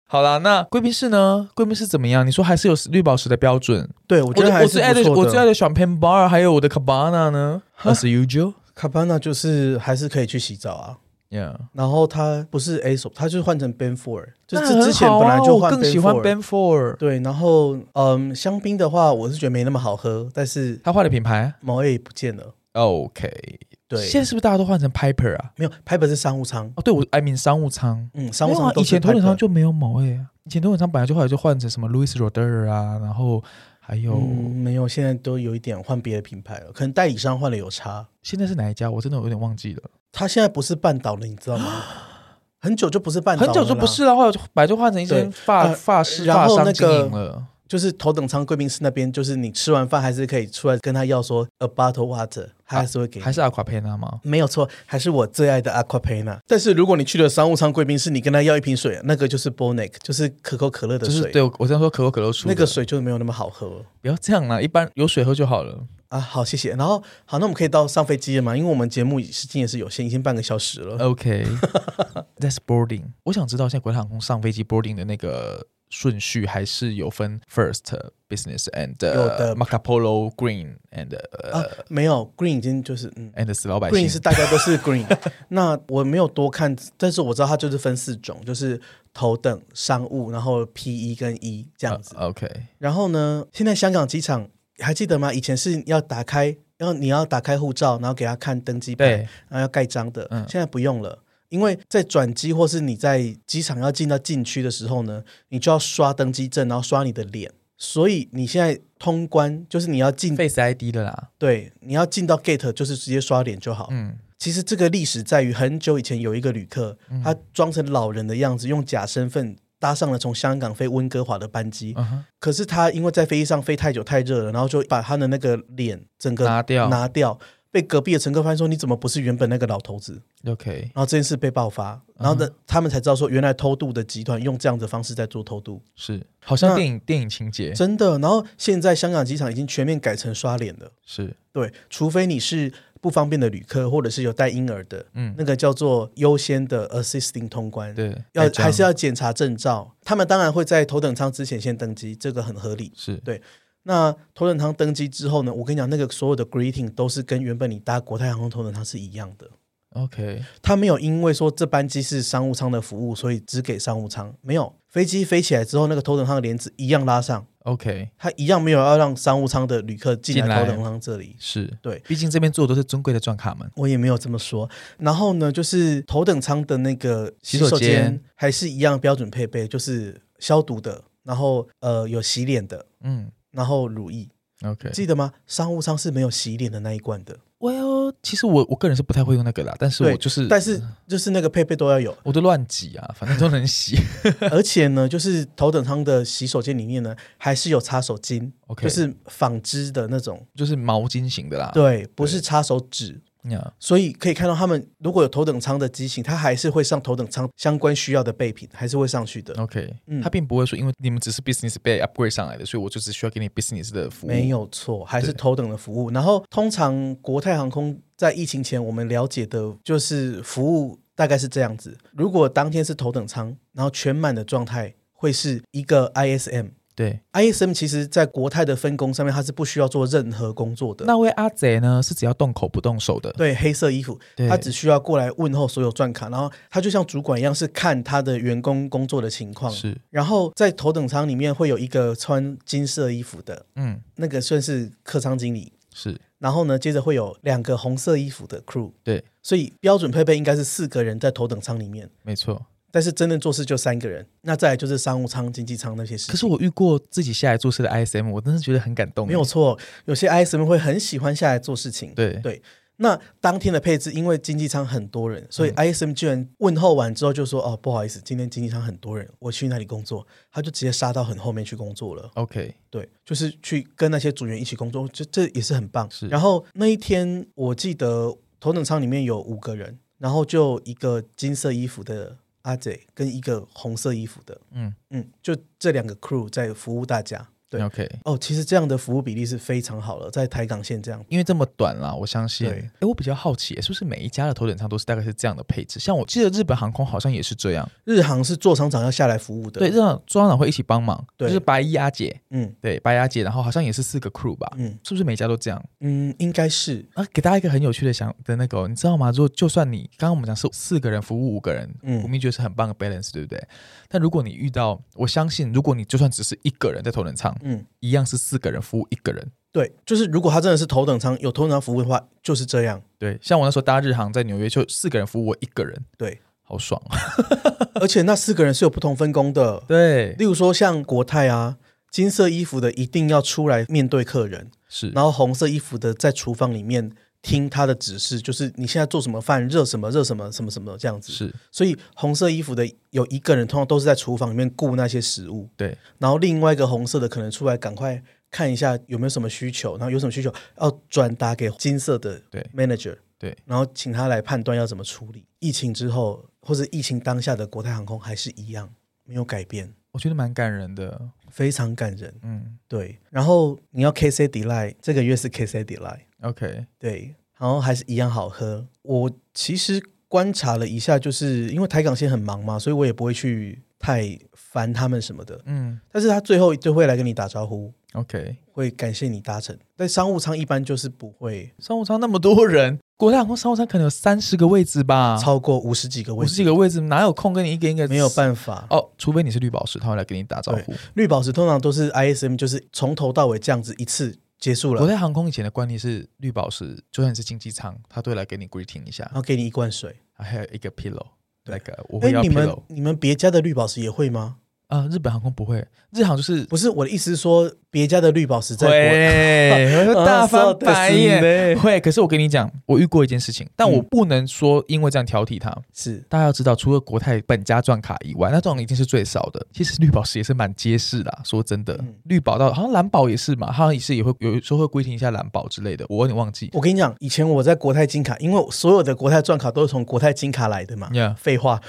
Speaker 2: 好啦，那贵宾室呢？贵宾室怎么样？你说还是有绿宝石的标准？
Speaker 3: 对我
Speaker 2: 我
Speaker 3: 觉
Speaker 2: 的
Speaker 3: 得还
Speaker 2: 我
Speaker 3: 是
Speaker 2: 最爱
Speaker 3: 不
Speaker 2: 的
Speaker 3: 错
Speaker 2: 我最爱
Speaker 3: 的
Speaker 2: 的 champagne bar，还有我的 cabana 呢？As usual，yeah，
Speaker 3: 卡巴纳就是还是可以去洗澡啊。然后它不是 A 手，它就是换成 Ben Four，就
Speaker 2: 那
Speaker 3: 之
Speaker 2: 很
Speaker 3: 之前
Speaker 2: 好
Speaker 3: 本
Speaker 2: 啊
Speaker 3: 来就
Speaker 2: 我
Speaker 3: 换
Speaker 2: 更喜欢
Speaker 3: Benfour
Speaker 2: Ben Four，
Speaker 3: 对，然后嗯，香槟的话，我是觉得没那么好喝，但是
Speaker 2: 他换了品牌
Speaker 3: 毛 A 也不见了。
Speaker 2: ，OK。
Speaker 3: 对，
Speaker 2: 现在是不是大家都换成 Piper 啊？
Speaker 3: 没有 Piper 是商务舱，
Speaker 2: 哦，对，我 I mean 商务舱，
Speaker 3: 嗯，商务
Speaker 2: 没有
Speaker 3: 舱
Speaker 2: 啊
Speaker 3: 都
Speaker 2: 以
Speaker 3: 是
Speaker 2: 前头等
Speaker 3: Piper
Speaker 2: 舱就没有某 A 啊，以前头等舱本来就后来就换成什么 Louis Roder 啊，然后还有、
Speaker 3: 嗯没有，现在都有一点换别的品牌了，可能代理商换了有差。
Speaker 2: 现在是哪一家？我真的有点忘记了。
Speaker 3: 它现在不是半岛了，你知道 吗？很久就不是半岛了
Speaker 2: 很
Speaker 3: 啦，
Speaker 2: 久就不是了，后来就本来就换成一间
Speaker 3: 对
Speaker 2: 发
Speaker 3: 呃
Speaker 2: 发式
Speaker 3: 然
Speaker 2: 发
Speaker 3: 后
Speaker 2: 商
Speaker 3: 那
Speaker 2: 经
Speaker 3: 个
Speaker 2: 营了。
Speaker 3: 就是头等舱贵宾室那边，就是你吃完饭还是可以出来跟他要说 a bottle water，他还是会给你。
Speaker 2: 啊还是 Aquapena 吗？
Speaker 3: 没有错，还是我最爱的 Aquapena。但是如果你去了商务舱贵宾室，你跟他要一瓶水，那个就是 Bonac，就是可口可乐的
Speaker 2: 就
Speaker 3: 水，
Speaker 2: 是对我我这样说可口可乐出
Speaker 3: 那
Speaker 2: 的
Speaker 3: 个水就没有那么好喝
Speaker 2: 不要这样啦，一般有水喝就好了。
Speaker 3: 啊。好，谢谢。然后好，那我们可以到上飞机了嘛？因为我们节目时间也是有限，已经半个小时了。
Speaker 2: OK，that's boarding。我想知道现在国泰航空上飞机 boarding 的那个顺序，还是有分 first business and
Speaker 3: 有的
Speaker 2: Marco Polo Green and 呃
Speaker 3: 啊，没有，Green 已经就是嗯
Speaker 2: and 死老百
Speaker 3: ，Green
Speaker 2: 姓
Speaker 3: 是大家都是 Green。那 我没有多看，但是我知道它就是分四种，就是头等、商务，然后 P 一跟一、这样子。
Speaker 2: 呃 OK，
Speaker 3: 然后呢，现在香港机场还记得吗？以前是要打开，要你要打开护照，然后给他看登机牌，
Speaker 2: 对，
Speaker 3: 然后要盖章的。
Speaker 2: 嗯
Speaker 3: 现在不用了。因为在转机或是你在机场要进到禁区的时候呢，你就要刷登机证，然后刷你的脸，所以你现在通关就是你要进
Speaker 2: Face ID 的啦。
Speaker 3: 对，你要进到 gate 就是直接刷脸就好。
Speaker 2: 嗯，
Speaker 3: 其实这个历史在于很久以前有一个旅客，他装成老人的样子，用假身份搭上了从香港飞温哥华的班机。
Speaker 2: 嗯哼
Speaker 3: 可是他因为在飞机上飞太久太热了，然后就把他的那个脸整个
Speaker 2: 拿掉
Speaker 3: 拿掉。被隔壁的乘客发现说你怎么不是原本那个老头子？
Speaker 2: ，OK，
Speaker 3: 然后这件事被爆发，
Speaker 2: 嗯
Speaker 3: 然后呢，他们才知道说原来偷渡的集团用这样的方式在做偷渡，
Speaker 2: 是，好像
Speaker 3: 那
Speaker 2: 电影电影情节
Speaker 3: 真的。然后现在香港机场已经全面改成刷脸了。
Speaker 2: 是，
Speaker 3: 对，除非你是不方便的旅客，或者是有带婴儿的，
Speaker 2: 嗯，
Speaker 3: 那个叫做优先的 assisting 通关，
Speaker 2: 对，
Speaker 3: 要
Speaker 2: 盖章
Speaker 3: 还是要检查证照。他们当然会在头等舱之前先登机，这个很合理。
Speaker 2: 是
Speaker 3: 那头等舱登机之后呢，我跟你讲，那个所有的 greeting 都是跟原本你搭国泰航空头等舱是一样的。
Speaker 2: OK，
Speaker 3: 他没有因为说这班机是商务舱的服务，所以只给商务舱。没有，飞机飞起来之后，那个头等舱的帘子一样拉上，
Speaker 2: OK，
Speaker 3: 他一样没有要让商务舱的旅客进
Speaker 2: 进
Speaker 3: 来
Speaker 2: 来
Speaker 3: 头等舱这里。
Speaker 2: 是
Speaker 3: 对
Speaker 2: 毕竟这边做的都是尊贵的钻卡们。
Speaker 3: 我也没有这么说。然后呢，就是头等舱的那个
Speaker 2: 洗
Speaker 3: 洗
Speaker 2: 手
Speaker 3: 手
Speaker 2: 间
Speaker 3: 间还是一样标准配备，就是消毒的，然后呃有洗脸的，
Speaker 2: 嗯，
Speaker 3: 然后乳液。
Speaker 2: OK，
Speaker 3: 记得吗？商务舱是没有洗脸的那一罐的，
Speaker 2: Well，其实我我个人是不太会用那个啦，但是我
Speaker 3: 对
Speaker 2: 就是，。
Speaker 3: 但是就是那个配备都要有
Speaker 2: 我都乱挤啊，反正都 能洗。
Speaker 3: 而且呢，就是头等舱的洗手间里面呢，还是有擦手巾
Speaker 2: OK，
Speaker 3: 就
Speaker 2: 啊
Speaker 3: 是纺织的那种，
Speaker 2: 就是毛巾型的啦。
Speaker 3: 对，不是擦手纸。
Speaker 2: 呀，
Speaker 3: 所以可以看到，他们如果有头等舱的机型，它还是会上头等舱相关需要的备品，还是会上去的。
Speaker 2: OK，
Speaker 3: 嗯
Speaker 2: 他并不会说，因为你们只是 business 被 upgrade 上来的，所以我就只需要给你 business 的服务。
Speaker 3: 没有错，还是
Speaker 2: 嗯对
Speaker 3: 头等的服务。然后，通常国泰航空在疫情前，我们了解的就是服务大概是这样子：如果当天是头等舱，然后全满的状态，会是一个 ISM。
Speaker 2: 对，
Speaker 3: ISM 其实在国泰的分工上面，它是不需要做任何工作的。
Speaker 2: 那位阿贼呢，是只要动口不动手的。
Speaker 3: 对黑色衣服，
Speaker 2: 对
Speaker 3: 他只需要过来问候所有转卡，然后他就像主管一样，是看他的员工工作的情况。
Speaker 2: 是，
Speaker 3: 然后在头等舱里面会有一个穿金色衣服的，
Speaker 2: 嗯，
Speaker 3: 那个算是客舱经理。
Speaker 2: 是
Speaker 3: 然后呢，接着会有两个红色衣服的 crew，
Speaker 2: 对，
Speaker 3: 所以标准配备应该是四个人在头等舱里面，
Speaker 2: 没错。
Speaker 3: 但是真正做事就三个人。那再来就是商务舱、经济舱那些事情，
Speaker 2: 可是我遇过自己下来做事的 ISM，我真是觉得很感动。
Speaker 3: 没有
Speaker 2: 欸，
Speaker 3: 错。有些 ISM 会很喜欢下来做事情。
Speaker 2: 对
Speaker 3: 对那当天的配置，因为经济舱很多人，
Speaker 2: 嗯
Speaker 3: 所以 ISM 居然问候完之后就说：“哦，不好意思，今天经济舱很多人，我去那里工作。”他就直接杀到很后面去工作了。
Speaker 2: ，OK，
Speaker 3: 对，就是去跟那些组员一起工作，这这也是很棒。
Speaker 2: 是
Speaker 3: 然后那一天我记得头等舱里面有五个人，然后就一个金色衣服的阿姐跟一个红色衣服的，
Speaker 2: 嗯
Speaker 3: 嗯，就这两个 crew 在服务大家。对，
Speaker 2: ，OK。
Speaker 3: 哦，其实这样的服务比例是非常好了，在台港线这样。
Speaker 2: 因为这么短啦，我相信。
Speaker 3: 对
Speaker 2: 哎，我比较好奇，是不是每一家的头等舱都是大概是这样的配置？像我记得日本航空好像也是这样，
Speaker 3: 日航是座舱长要下来服务的，
Speaker 2: 对，，日航座长会一起帮忙，就
Speaker 3: 对
Speaker 2: 是白衣阿姐，
Speaker 3: 嗯
Speaker 2: 对，白牙姐，然后好像也是四个 crew 吧，
Speaker 3: 嗯
Speaker 2: 是不是每家都这样？
Speaker 3: 嗯，应该是，
Speaker 2: 啊，给大家一个很有趣的想的那个哦、你知道吗？如果就算你刚刚我们讲是四个人服务五个人，
Speaker 3: 嗯
Speaker 2: 我们觉得是很棒的 balance，对不对？但如果你遇到，我相信如果你就算只是一个人在头等舱，
Speaker 3: 嗯，
Speaker 2: 一样是四个人服务一个人。
Speaker 3: 对，就是如果他真的是头等舱有头等舱服务的话，就是这样。
Speaker 2: 对，像我那时候搭日航在纽约，就四个人服务我一个人，
Speaker 3: 对，
Speaker 2: 好爽 啊！
Speaker 3: 而且那四个人是有不同分工的，
Speaker 2: 对，
Speaker 3: 例如说像国泰啊，金色衣服的一定要出来面对客人，
Speaker 2: 是，
Speaker 3: 然后红色衣服的在厨房里面听他的指示，就是你现在做什么饭，热什么热什么什么什么这样子。
Speaker 2: 是，
Speaker 3: 所以红色衣服的有一个人通常都是在厨房里面顾那些食物，
Speaker 2: 对，
Speaker 3: 然后另外一个红色的可能出来赶快看一下有没有什么需求，然后有什么需求要转达给金色的
Speaker 2: 对
Speaker 3: manager，
Speaker 2: 对，
Speaker 3: 然后请他来判断要怎么处理。疫情之后或者疫情当下的国泰航空还是一样没有改变。
Speaker 2: 我觉得蛮感人的。
Speaker 3: 非常感人。
Speaker 2: 嗯
Speaker 3: 对，然后你要 K C Delight，这个月是 K C Delight，
Speaker 2: ，OK，
Speaker 3: 对，然后还是一样好喝。我其实观察了一下，就是因为台港线很忙嘛，所以我也不会去太烦他们什么的。
Speaker 2: 嗯
Speaker 3: 但是他最后就会来跟你打招呼，
Speaker 2: ，OK，
Speaker 3: 会感谢你搭乘。但商务舱一般就是不会
Speaker 2: 商务舱那么多人，国泰航空商务舱可能有三十个位置吧，
Speaker 3: 超过五十几个
Speaker 2: 啊五
Speaker 3: 位
Speaker 2: 十
Speaker 3: 置，
Speaker 2: 几个位置，哪有空跟你一个一个
Speaker 3: 没有办法。
Speaker 2: 哦？除非你是绿宝石，他会来跟你打招呼。
Speaker 3: 绿宝石通常都是 ISM，就是从头到尾这样子一次结束了，
Speaker 2: 国
Speaker 3: 然
Speaker 2: 泰航空以前的惯例是，绿宝石就算你是经济舱，他都会来给你 greeting 一下，啊
Speaker 3: 后给你一罐水。
Speaker 2: 还有一个 pillow，那个我
Speaker 3: 嗯哎
Speaker 2: 会，要
Speaker 3: 你们
Speaker 2: pillow
Speaker 3: 你们别家的绿宝石也会吗？
Speaker 2: 啊、日本航空不会，日航就是
Speaker 3: 不是我的意思是说，别家的绿宝石在国
Speaker 2: 会
Speaker 3: 啊
Speaker 2: 大翻
Speaker 3: そうです
Speaker 2: 白眼。
Speaker 3: ね
Speaker 2: 会，可是我跟你讲，我遇过一件事情，但我
Speaker 3: 嗯
Speaker 2: 不能说因为这样挑剔他。
Speaker 3: 是
Speaker 2: 大家要知道，除了国泰本家赚卡以外，那这种一定是最少的。其实绿宝石也是蛮结实的啊、说真的，
Speaker 3: 嗯
Speaker 2: 绿宝到好像蓝宝也是嘛，好像也是也会有时候会规定一下蓝宝之类的，我有点忘记。
Speaker 3: 我跟你讲，以前我在国泰金卡，因为我所有的国泰钻卡都是从国泰金卡来的嘛。
Speaker 2: Yeah，
Speaker 3: 废话，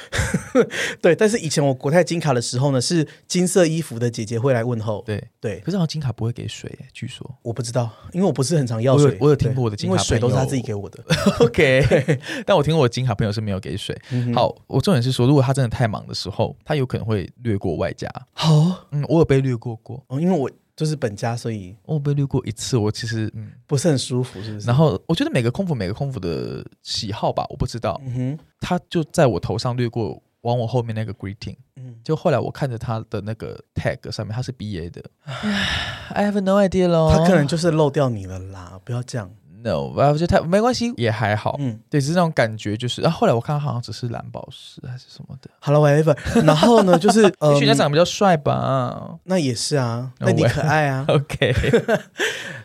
Speaker 3: 对。但是以前我国泰金卡的时候呢，是金色衣服的姐姐会来问候。
Speaker 2: 对。
Speaker 3: 对，
Speaker 2: 可是好像金卡不会给水、欸，据说。
Speaker 3: 我不知道，因为我不是很常要水。
Speaker 2: 我有我有听过我的
Speaker 3: 对
Speaker 2: 金
Speaker 3: 因为
Speaker 2: 卡
Speaker 3: 水都是
Speaker 2: 朋
Speaker 3: 他
Speaker 2: 友
Speaker 3: 自己给我的。
Speaker 2: OK，但我 听过我金卡朋友是没有给水。
Speaker 3: 嗯哼
Speaker 2: 好，我重点是说，如果他真的太忙的时候，他有可能会略过外加。
Speaker 3: 好哦
Speaker 2: 嗯，我有被略过过，
Speaker 3: 哦，因为我就是本家，所以
Speaker 2: 哦我有被略过一次。我其实嗯，
Speaker 3: 不是很舒服，是不是？
Speaker 2: 然后我觉得每个空服每个空服的喜好吧，我不知道。
Speaker 3: 嗯哼，
Speaker 2: 他就在我头上掠过，往我后面那个 greeting。
Speaker 3: 嗯，
Speaker 2: 就后来我看着他的那个 tag 上面，他是 BA 的。I have no idea 咯。
Speaker 3: 他可能就是漏掉你了啦，不要这样。
Speaker 2: no，啊，我觉得它没关系，也还好。
Speaker 3: 嗯，
Speaker 2: 对，只是那种感觉，就是啊，后来我看它好像只是蓝宝石还是什么的，
Speaker 3: 好了，whatever。然后呢，就是 呃
Speaker 2: 也许，人家长得比较帅吧。
Speaker 3: 那也是啊，
Speaker 2: 哦
Speaker 3: 那你
Speaker 2: 喂
Speaker 3: 可爱 啊。
Speaker 2: OK，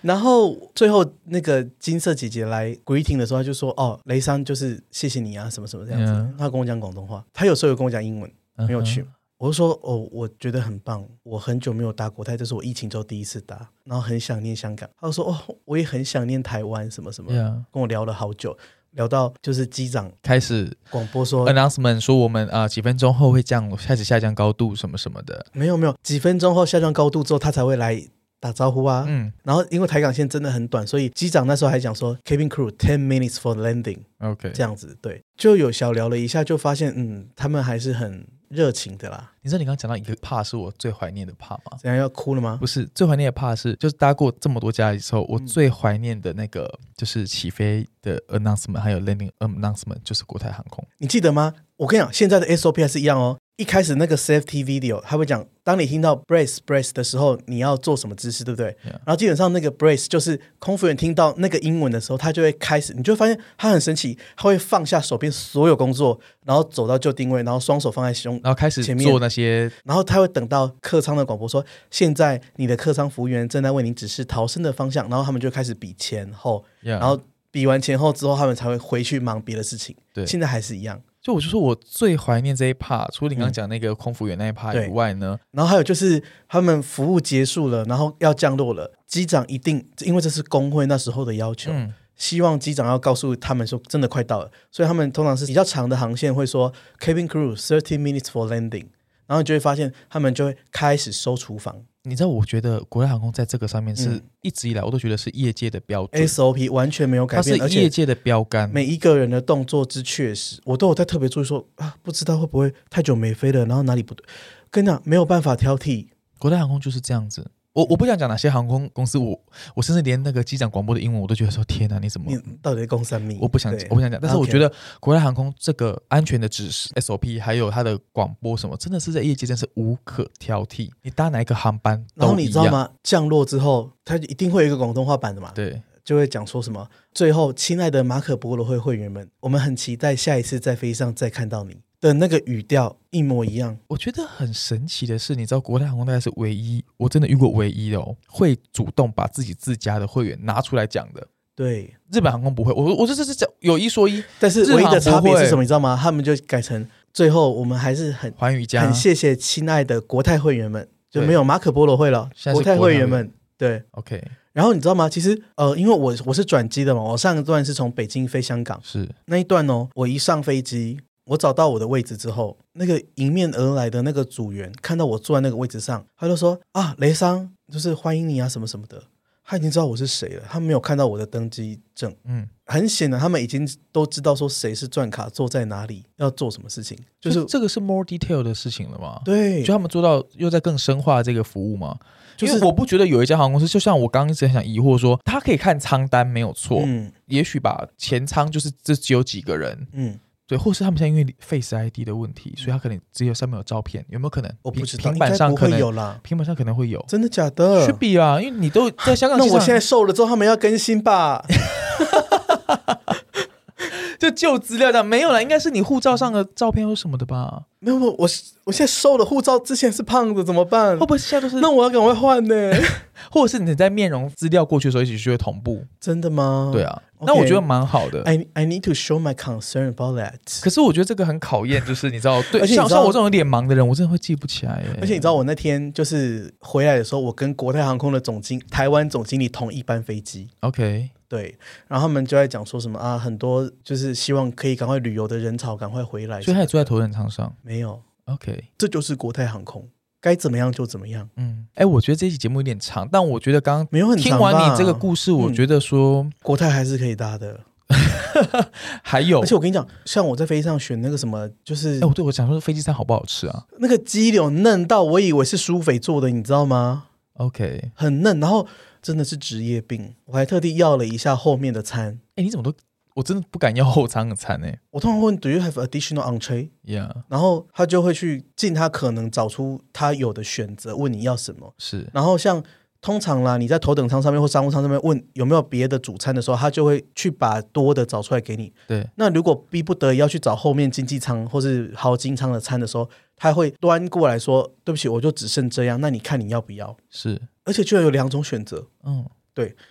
Speaker 3: 然后最后那个金色姐姐来 greeting 的时候，她就说：“哦，雷桑就是谢谢你啊，什么什么这样子。
Speaker 2: 嗯
Speaker 3: 她跟我讲广东话，她有时候有跟我讲英文，很有趣。我就说：“哦，我觉得很棒，我很久没有搭国泰，这是我疫情之后第一次搭，然后很想念香港。”她就说：“哦，我也很想念台湾，什么什么。
Speaker 2: Yeah，
Speaker 3: 跟我聊了好久，聊到就是机长
Speaker 2: 开始
Speaker 3: 广播说：“
Speaker 2: announcement 说我们啊、几分钟后会降，开始下降高度什么什么的。
Speaker 3: 没有没有，几分钟后下降高度之后，他才会来打招呼啊。
Speaker 2: 嗯
Speaker 3: 然后因为台港线真的很短，所以机长那时候还讲说 cabin crew ten minutes for landing
Speaker 2: ，OK，
Speaker 3: 这样子，对，就有小聊了一下，就发现嗯，他们还是很热情的啦。
Speaker 2: 你知道你刚刚讲到一个怕是我最怀念的怕吗？
Speaker 3: 怎样要哭了吗？
Speaker 2: 不是最怀念的怕是，就是搭过这么多家之后，我
Speaker 3: 嗯
Speaker 2: 最怀念的那个就是起飞的 announcement，还有 landing announcement，就是国泰航空。
Speaker 3: 你记得吗？我跟你讲，现在的 SOP 还是一样哦。一开始那个 safety video，他会讲，当你听到 brace brace 的时候，你要做什么姿势，对不对
Speaker 2: Yeah.
Speaker 3: 然后基本上那个 brace 就是空服员听到那个英文的时候，他就会开始，你就会发现他很神奇，他会放下手边所有工作，然后走到就定位，然后双手放在胸，
Speaker 2: 然后开始
Speaker 3: 前面
Speaker 2: 做那些
Speaker 3: 然后他会等到客舱的广播说，现在你的客舱服务员正在为您指示逃生的方向，然后他们就开始比前后，
Speaker 2: y
Speaker 3: 然后比完前后之后，他们才会回去忙别的事情。
Speaker 2: 对
Speaker 3: 现在还是一样。
Speaker 2: 就我就说我最怀念这一 part，除了你刚刚讲那个空服员那一 part
Speaker 3: 嗯对
Speaker 2: 以外呢，
Speaker 3: 然后还有就是他们服务结束了，然后要降落了，机长一定因为这是工会那时候的要求，
Speaker 2: 嗯
Speaker 3: 希望机长要告诉他们说真的快到了，所以他们通常是比较长的航线会说 cabin crew thirty minutes for landing，然后你就会发现他们就会开始收厨房
Speaker 2: 你知道我觉得国泰航空在这个上面是
Speaker 3: 嗯
Speaker 2: 一直以来我都觉得是业界的标准，
Speaker 3: SOP 完全没有改
Speaker 2: 它是
Speaker 3: 变，而
Speaker 2: 业
Speaker 3: 且
Speaker 2: 界的标杆。
Speaker 3: 每一个人的动作之确实，我都有在特别注意说啊，不知道会不会太久没飞了，然后哪里不对，跟你讲没有办法挑剔，
Speaker 2: 国泰航空就是这样子。我我不想讲哪些航空公司，我我甚至连那个机长广播的英文我都觉得说天啊哪，你怎么
Speaker 3: 你？到底在攻三米？
Speaker 2: 我不想
Speaker 3: 对
Speaker 2: 我不想讲，但是我
Speaker 3: OK
Speaker 2: 觉得国泰航空这个安全的指示 SOP，还有它的广播什么，真的是在业界真是无可挑剔。你搭哪一个航班
Speaker 3: 然
Speaker 2: 都
Speaker 3: 后你
Speaker 2: 一
Speaker 3: 知道
Speaker 2: 样。
Speaker 3: 吗？降落之后，他一定会有一个广东话版的嘛，
Speaker 2: 对，
Speaker 3: 就会讲说什么。最后，亲爱的马可波罗会会员们，我们很期待下一次在飞机上再看到你的那个语调一模一样。
Speaker 2: 我觉得很神奇的是，你知道国泰航空大概是唯一，我真的遇过唯一哦，会主动把自己自家的会员拿出来讲的。
Speaker 3: 对，
Speaker 2: 日本航空不会，我我这这这这有一说一，
Speaker 3: 但是
Speaker 2: 日航
Speaker 3: 唯一的差别
Speaker 2: 不会
Speaker 3: 是什么？你知道吗？他们就改成最后，我们还是很
Speaker 2: 寰宇一家
Speaker 3: 很谢谢亲爱的国泰会员们，就
Speaker 2: 对
Speaker 3: 没有马可波罗会了，
Speaker 2: 现在是
Speaker 3: 国泰
Speaker 2: 国泰
Speaker 3: 会员
Speaker 2: 会
Speaker 3: 们。对，
Speaker 2: OK
Speaker 3: 然后你知道吗？其实呃，因为我我是转机的嘛，我上一段是从北京飞香港。
Speaker 2: 是
Speaker 3: 那一段哦，我一上飞机，我找到我的位置之后，那个迎面而来的那个组员看到我坐在那个位置上，他就说啊，雷桑，就是欢迎你啊，什么什么的。他已经知道我是谁了，他没有看到我的登机证，
Speaker 2: 嗯，
Speaker 3: 很显然他们已经都知道说谁是转卡，坐在哪里，要做什么事情，就
Speaker 2: 就是是这个是 more detail 的事情了嘛？，
Speaker 3: 对
Speaker 2: 就，他们做到又在更深化这个服务嘛？
Speaker 3: 就
Speaker 2: 因
Speaker 3: 是
Speaker 2: 为我不觉得有一家航空公司，就像我刚刚一直很想疑惑说，他可以看舱单没有错，
Speaker 3: 嗯
Speaker 2: 也许吧，前舱就是这只有几个人，
Speaker 3: 嗯，
Speaker 2: 对，或是他们现在因为 Face ID 的问题，所以他可能只有上面有照片，有没有可能？
Speaker 3: 我不
Speaker 2: 平
Speaker 3: 知道，
Speaker 2: 平
Speaker 3: 应
Speaker 2: 板
Speaker 3: 该
Speaker 2: 上
Speaker 3: 不
Speaker 2: 可
Speaker 3: 会
Speaker 2: 能，
Speaker 3: 有啦，
Speaker 2: 平板上可能会有。
Speaker 3: 真的假的
Speaker 2: 去？比啊，因为你都在香港
Speaker 3: 那
Speaker 2: 机场，
Speaker 3: 我现在瘦了之后，他们要更新吧？
Speaker 2: 就旧资料的没有了，应该是你护照上的照片或什么的吧？
Speaker 3: 没有，我我我现在瘦了，护照之前是胖的，怎么办？
Speaker 2: 哦会不会现在都是？
Speaker 3: 那我要赶快换呢、
Speaker 2: 或者是你在面容资料过去的时候，也许就会同步。
Speaker 3: 真的吗？
Speaker 2: 对啊，
Speaker 3: 嗯 OK 哎
Speaker 2: 那我觉得蛮好的。
Speaker 3: I I need to show my concern about that。
Speaker 2: 可是我觉得这个很考验，就是你知道，对，
Speaker 3: 而且你
Speaker 2: 像
Speaker 3: 知道
Speaker 2: 像我这种有点忙的人，我真的会记不起来耶。
Speaker 3: 而且你知道，我那天就是回来的时候，我跟国泰航空的总经台湾总经理同一班飞机。
Speaker 2: ，OK，
Speaker 3: 对，然后他们就在讲说什么啊，很多就是希望可以赶快旅游的人潮赶快回来。
Speaker 2: 所以他也坐在头等舱上
Speaker 3: 没有，
Speaker 2: ，OK。
Speaker 3: 这就是国泰航空，该怎么样就怎么样，
Speaker 2: 嗯，哎，我觉得这期节目有点长，但我觉得刚
Speaker 3: 没有
Speaker 2: 刚
Speaker 3: 很
Speaker 2: 听
Speaker 3: 长
Speaker 2: 完
Speaker 3: 吧嗯
Speaker 2: 你这个，故事，我觉得说
Speaker 3: 国泰还是可以搭的。
Speaker 2: 还有
Speaker 3: 而，且我跟你讲，像我在飞机上选那个什么，就是
Speaker 2: 哎，我对我想说飞机餐好不好吃啊
Speaker 3: 那个鸡柳嫩到我以为是苏菲做的，你知道吗？
Speaker 2: ？OK，
Speaker 3: 很嫩，然后真的是职业病。我还特地要了一下后面的餐。
Speaker 2: 哎，你怎么都，我真的不敢要后舱的餐哎
Speaker 3: 我通常问 Do you have additional entree？
Speaker 2: ，Yeah，
Speaker 3: 然后他就会去尽他可能找出他有的选择，问你要什么。
Speaker 2: 是
Speaker 3: 然后像通常啦，你在头等舱上面或商务舱上面问有没有别的主餐的时候，他就会去把多的找出来给你。
Speaker 2: 对，
Speaker 3: 那如果逼不得已要去找后面经济舱或是豪金舱的餐的时候，他会端过来说：“对不起，我就只剩这样，那你看你要不要
Speaker 2: 是，？”
Speaker 3: 而且居然有两种选择，
Speaker 2: 嗯，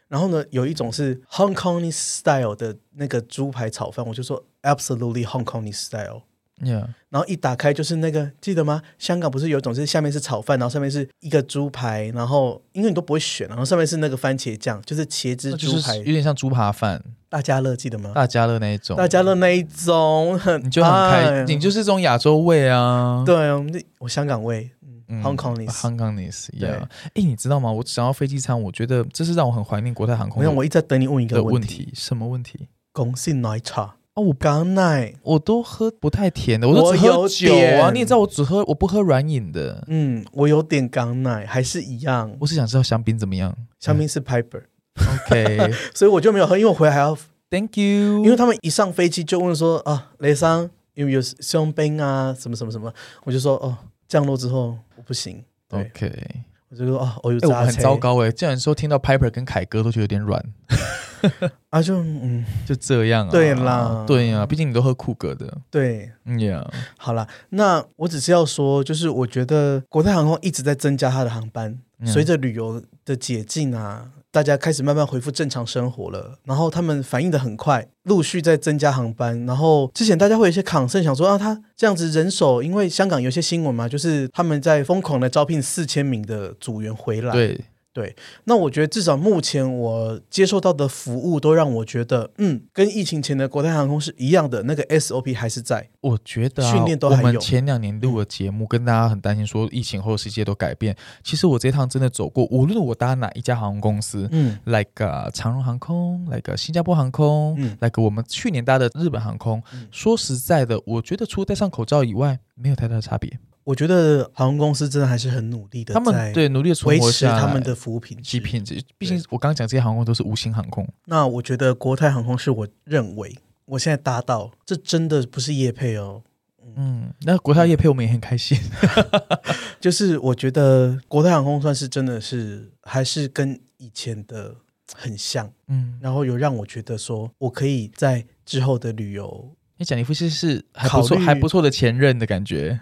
Speaker 3: 然后呢，有一种是 Hong Kong style 的那个猪排炒饭，我就说 absolutely Hong Kong style。
Speaker 2: yeah，
Speaker 3: 然后一打开就是那个，记得吗？香港不是有一种是下面是炒饭，然后上面是一个猪排，然后因为你都不会选，然后上面是那个番茄酱，就是茄汁
Speaker 2: 那就
Speaker 3: 猪
Speaker 2: 是
Speaker 3: 排，
Speaker 2: 有点像猪扒饭、
Speaker 3: 大家乐记得吗？
Speaker 2: 大家乐那一种，
Speaker 3: 大家乐那一种， 很
Speaker 2: 你就很
Speaker 3: 哎
Speaker 2: 开，你就是这种亚洲味啊。
Speaker 3: 对啊，那我香港味
Speaker 2: 嗯
Speaker 3: ，Hong Kongese
Speaker 2: Hong Kongese，
Speaker 3: 对
Speaker 2: yeah。哎，你知道吗？我想要飞机餐，我觉得这是让我很怀念国泰航
Speaker 3: 我
Speaker 2: 空
Speaker 3: 想我一直在等你问一个
Speaker 2: 的
Speaker 3: 问
Speaker 2: 问
Speaker 3: 题：
Speaker 2: 题。什么问题？
Speaker 3: 公信奶茶、
Speaker 2: 哦，我
Speaker 3: 港奶，
Speaker 2: 我都喝不太甜的，我都只
Speaker 3: 我有
Speaker 2: 喝酒啊。
Speaker 3: 点
Speaker 2: 你也知道，我只喝，我不喝软饮的。
Speaker 3: 嗯，我有点港奶，还是一样。
Speaker 2: 我是想知道香槟怎么样。
Speaker 3: 香槟
Speaker 2: 嗯
Speaker 3: 是 Piper，、
Speaker 2: OK，Thank
Speaker 3: 所以我就没有喝，因为我回来还要，
Speaker 2: you。
Speaker 3: 因为他们一上飞机就问说啊，雷桑有没有香槟啊，什么什么什么，我就说哦，降落之后我不行，对
Speaker 2: OK，哎、
Speaker 3: 我就说哦，我有
Speaker 2: 我
Speaker 3: 扎
Speaker 2: 很
Speaker 3: 车
Speaker 2: 糟糕哎、竟然说听到 Piper 跟凯哥都觉得有点软，
Speaker 3: 啊，就嗯
Speaker 2: 就这样啊？
Speaker 3: 对啦
Speaker 2: 对呀、毕竟你都喝酷哥的，
Speaker 3: 对，
Speaker 2: 嗯呀，
Speaker 3: 好啦，那我只是要说，就是我觉得国泰航空一直在增加它的航班，
Speaker 2: 嗯
Speaker 3: 随着旅游的解禁啊，大家开始慢慢恢复正常生活了，然后他们反应的很快，陆续在增加航班。然后之前大家会有一些 concern，想说啊，他这样子人手，因为香港有一些新闻嘛，就是他们在疯狂的招聘四千名的组员回来。
Speaker 2: 对，
Speaker 3: 那我觉得至少目前我接受到的服务都让我觉得，嗯，跟疫情前的国泰航空是一样的，那个 SOP 还是在。
Speaker 2: 我觉得、啊、
Speaker 3: 训练都
Speaker 2: 我
Speaker 3: 还有
Speaker 2: 们前两年录的节目，跟大家很担心说疫情后世界都改变。其实我这趟真的走过，无论我搭哪一家航空公司。
Speaker 3: 嗯
Speaker 2: like 呃长荣航空，like 呃新加坡航空、
Speaker 3: 嗯
Speaker 2: l i k e 我们去年搭的日本航空，
Speaker 3: 嗯
Speaker 2: 说实在的，我觉得除了戴上口罩以外，没有太大的差别。
Speaker 3: 我觉得航空公司真的还是很努力的，
Speaker 2: 他们对努力的存
Speaker 3: 维
Speaker 2: 活
Speaker 3: 持
Speaker 2: 下来
Speaker 3: 他们的服务品质。
Speaker 2: 极品质，毕竟我刚刚讲这些航空都是无薪航空，
Speaker 3: 那我觉得国泰航空是我认为我现在搭到，这真的不是业配哦，
Speaker 2: 嗯，那国泰业配我们也很 开心，
Speaker 3: 就是我觉得国泰航空算是真的是还是跟以前的很像，
Speaker 2: 嗯，
Speaker 3: 然后有让我觉得说我可以在之后的旅游，
Speaker 2: 你讲一副是是还不
Speaker 3: 考
Speaker 2: 错
Speaker 3: 虑
Speaker 2: 还不错的前任的感觉，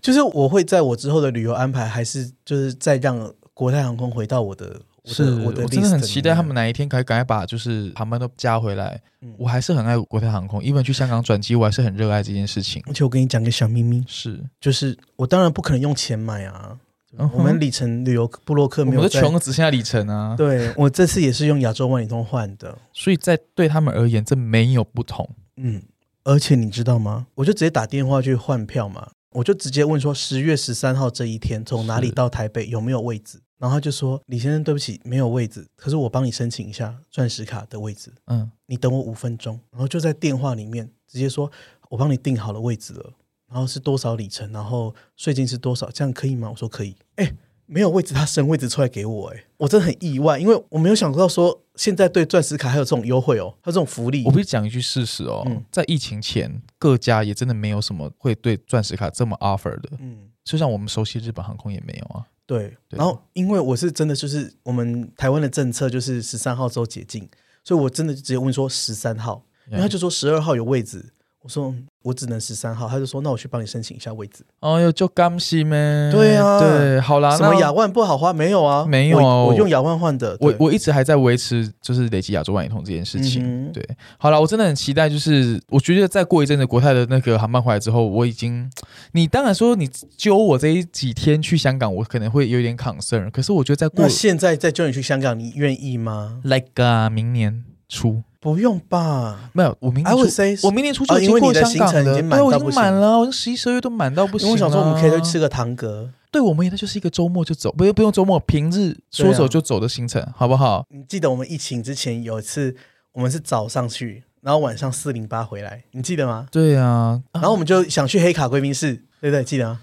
Speaker 3: 就是我会在我之后的旅游安排，还是就是再让国泰航空回到我的我的
Speaker 2: 我
Speaker 3: 我的 list 里面，
Speaker 2: 真的很期待他们哪一天可以赶快把就是航班都加回来，
Speaker 3: 嗯
Speaker 2: 我还是很爱国泰航空，因为去香港转机我还是很热爱这件事情，
Speaker 3: 而且我跟你讲个小秘密，
Speaker 2: 是
Speaker 3: 就是我当然不可能用钱买啊，
Speaker 2: 嗯哼
Speaker 3: 我们里程旅游布洛克
Speaker 2: 我
Speaker 3: 没有
Speaker 2: 们都
Speaker 3: 在。
Speaker 2: 穷的只剩下里程啊，
Speaker 3: 对我这次也是用亚洲万里通换的，
Speaker 2: 所以在对他们而言这没有不同，
Speaker 3: 嗯，而且你知道吗？我就直接打电话去换票嘛，我就直接问说十月十三号这一天从哪里
Speaker 2: 是
Speaker 3: 到台北有没有位置，然后他就说李先生对不起没有位置，可是我帮你申请一下钻石卡的位置，
Speaker 2: 嗯，
Speaker 3: 你等我五分钟，然后就在电话里面直接说我帮你订好了位置了，然后是多少里程，然后税金是多少，这样可以吗？我说可以。哎，没有位置，他升位置出来给我、哎，我真的很意外，因为我没有想到说现在对钻石卡还有这种优惠哦，还有这种福利
Speaker 2: 我。必须讲一句事实哦，
Speaker 3: 嗯
Speaker 2: 在疫情前各家也真的没有什么会对钻石卡这么 offer 的，
Speaker 3: 嗯，
Speaker 2: 就像我们熟悉日本航空也没有啊，
Speaker 3: 对。
Speaker 2: 对
Speaker 3: 然后因为我是真的就是我们台湾的政策就是十三号之后解禁，所以我真的就直接问说十三号，然后他就说十二号有位置，我说嗯我只能十三号，他就说那我去帮你申请一下位置。
Speaker 2: 哦哟，就甘心咩？
Speaker 3: 对啊
Speaker 2: 对，好啦，
Speaker 3: 什么
Speaker 2: 那
Speaker 3: 亚万不好花？没有啊，
Speaker 2: 没有
Speaker 3: 我我用亚万换的。
Speaker 2: 我
Speaker 3: 对
Speaker 2: 我一直还在维持，就是累积亚洲万里通这件事情。
Speaker 3: 嗯哼
Speaker 2: 对，好了，我真的很期待，就是我觉得再过一阵子国泰的那个航班回来之后，我已经，你当然说你揪我这一几天去香港，我可能会有点 concern，可是我觉得再过
Speaker 3: 那现在再叫你去香港，你愿意吗？
Speaker 2: like 啊，明年初
Speaker 3: 不用吧，
Speaker 2: 没有，我明
Speaker 3: I
Speaker 2: 年
Speaker 3: would
Speaker 2: 初
Speaker 3: say，
Speaker 2: 我明年初就
Speaker 3: 啊
Speaker 2: 已
Speaker 3: 因
Speaker 2: 经
Speaker 3: 为
Speaker 2: 过
Speaker 3: 你的
Speaker 2: 香港
Speaker 3: 行程已
Speaker 2: 的，
Speaker 3: 经
Speaker 2: 对，啊
Speaker 3: 满
Speaker 2: 我已
Speaker 3: 到
Speaker 2: 经
Speaker 3: 不行
Speaker 2: 满了，我已经十一、十二月都满到不
Speaker 3: 因
Speaker 2: 行。啊
Speaker 3: 为我想说我们可以再去吃。个堂哥。
Speaker 2: 对，我们也就是一个周末就走，不用不用周末，平日
Speaker 3: 啊
Speaker 2: 说走就走的行程，好不好？
Speaker 3: 你记得我们疫情之前有一次，我们是早上去，然后晚上四零八回来，你记得吗？
Speaker 2: 对啊，
Speaker 3: 然后我们就想去黑卡贵宾室，对不对？记得吗？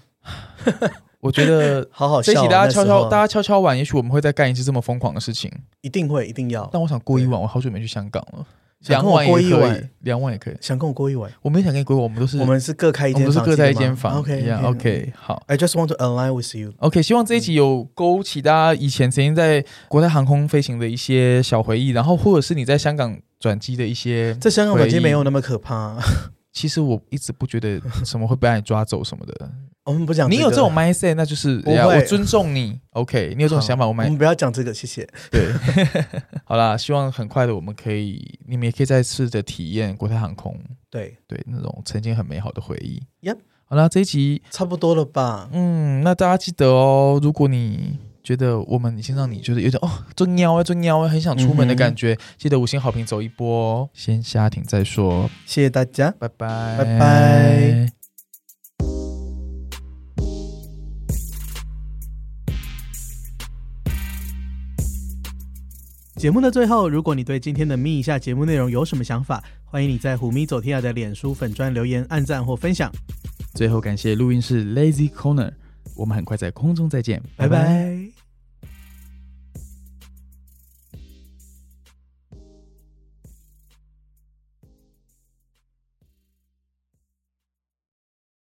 Speaker 2: 我觉得
Speaker 3: 好好笑
Speaker 2: 这
Speaker 3: 哦、
Speaker 2: 一期大家敲敲，大
Speaker 3: 家
Speaker 2: 家敲敲
Speaker 3: 嗯
Speaker 2: 碗，也许我们会再干一次这么疯狂的事情。
Speaker 3: 一定会一定要。
Speaker 2: 但我想过一晚，我好久没去香港了。
Speaker 3: 想
Speaker 2: 两
Speaker 3: 跟我
Speaker 2: 万
Speaker 3: 过
Speaker 2: 也
Speaker 3: 一
Speaker 2: 可以
Speaker 3: 晚，，
Speaker 2: 两万也可以。
Speaker 3: 想跟我过一晚，
Speaker 2: 我没想跟你归，我们都是
Speaker 3: 我们是各开一
Speaker 2: 我们
Speaker 3: 间
Speaker 2: 都是
Speaker 3: 房，
Speaker 2: 各在一间房
Speaker 3: OK
Speaker 2: 一样 OK 好。
Speaker 3: I just want to align with you。
Speaker 2: OK，希望这一集有勾起大家以前曾经在国泰航空飞行的一些小回忆，然后或者是你在香港转机的一些。
Speaker 3: 在香港
Speaker 2: 回忆
Speaker 3: 已经没有那么可怕，啊
Speaker 2: 其实我一直不觉得什么会被你抓走什么的。
Speaker 3: 我们不讲个。
Speaker 2: 你有这种 mindset，那就是
Speaker 3: 不会
Speaker 2: 呀我尊重你。OK，你有这种想法，我
Speaker 3: 我
Speaker 2: 蛮
Speaker 3: 们不要讲这个，谢谢。
Speaker 2: 对。 好啦，希望很快的我们可以，你们也可以再次的体验国泰航空
Speaker 3: 对，
Speaker 2: 对那种曾经很美好的回忆。
Speaker 3: Yep
Speaker 2: 好啦，这一集
Speaker 3: 差不多了吧？
Speaker 2: 嗯，那大家记得哦，如果你觉得我们已经让你觉得有点哦，做喵啊，做喵啊，很想出门的感觉，记得五星好评走一波哦，先下停再说，
Speaker 3: 谢谢大家。
Speaker 2: 拜拜，
Speaker 3: 拜拜。
Speaker 1: 节目的最后，如果你对今天的咪一下节目内容有什么想法，欢迎你在虎咪走天涯的脸书粉专留言、按赞或分享。
Speaker 2: 最后感谢录音室 Lazy Corner，我们很快在空中再见，
Speaker 1: 拜
Speaker 2: 拜拜
Speaker 1: 拜。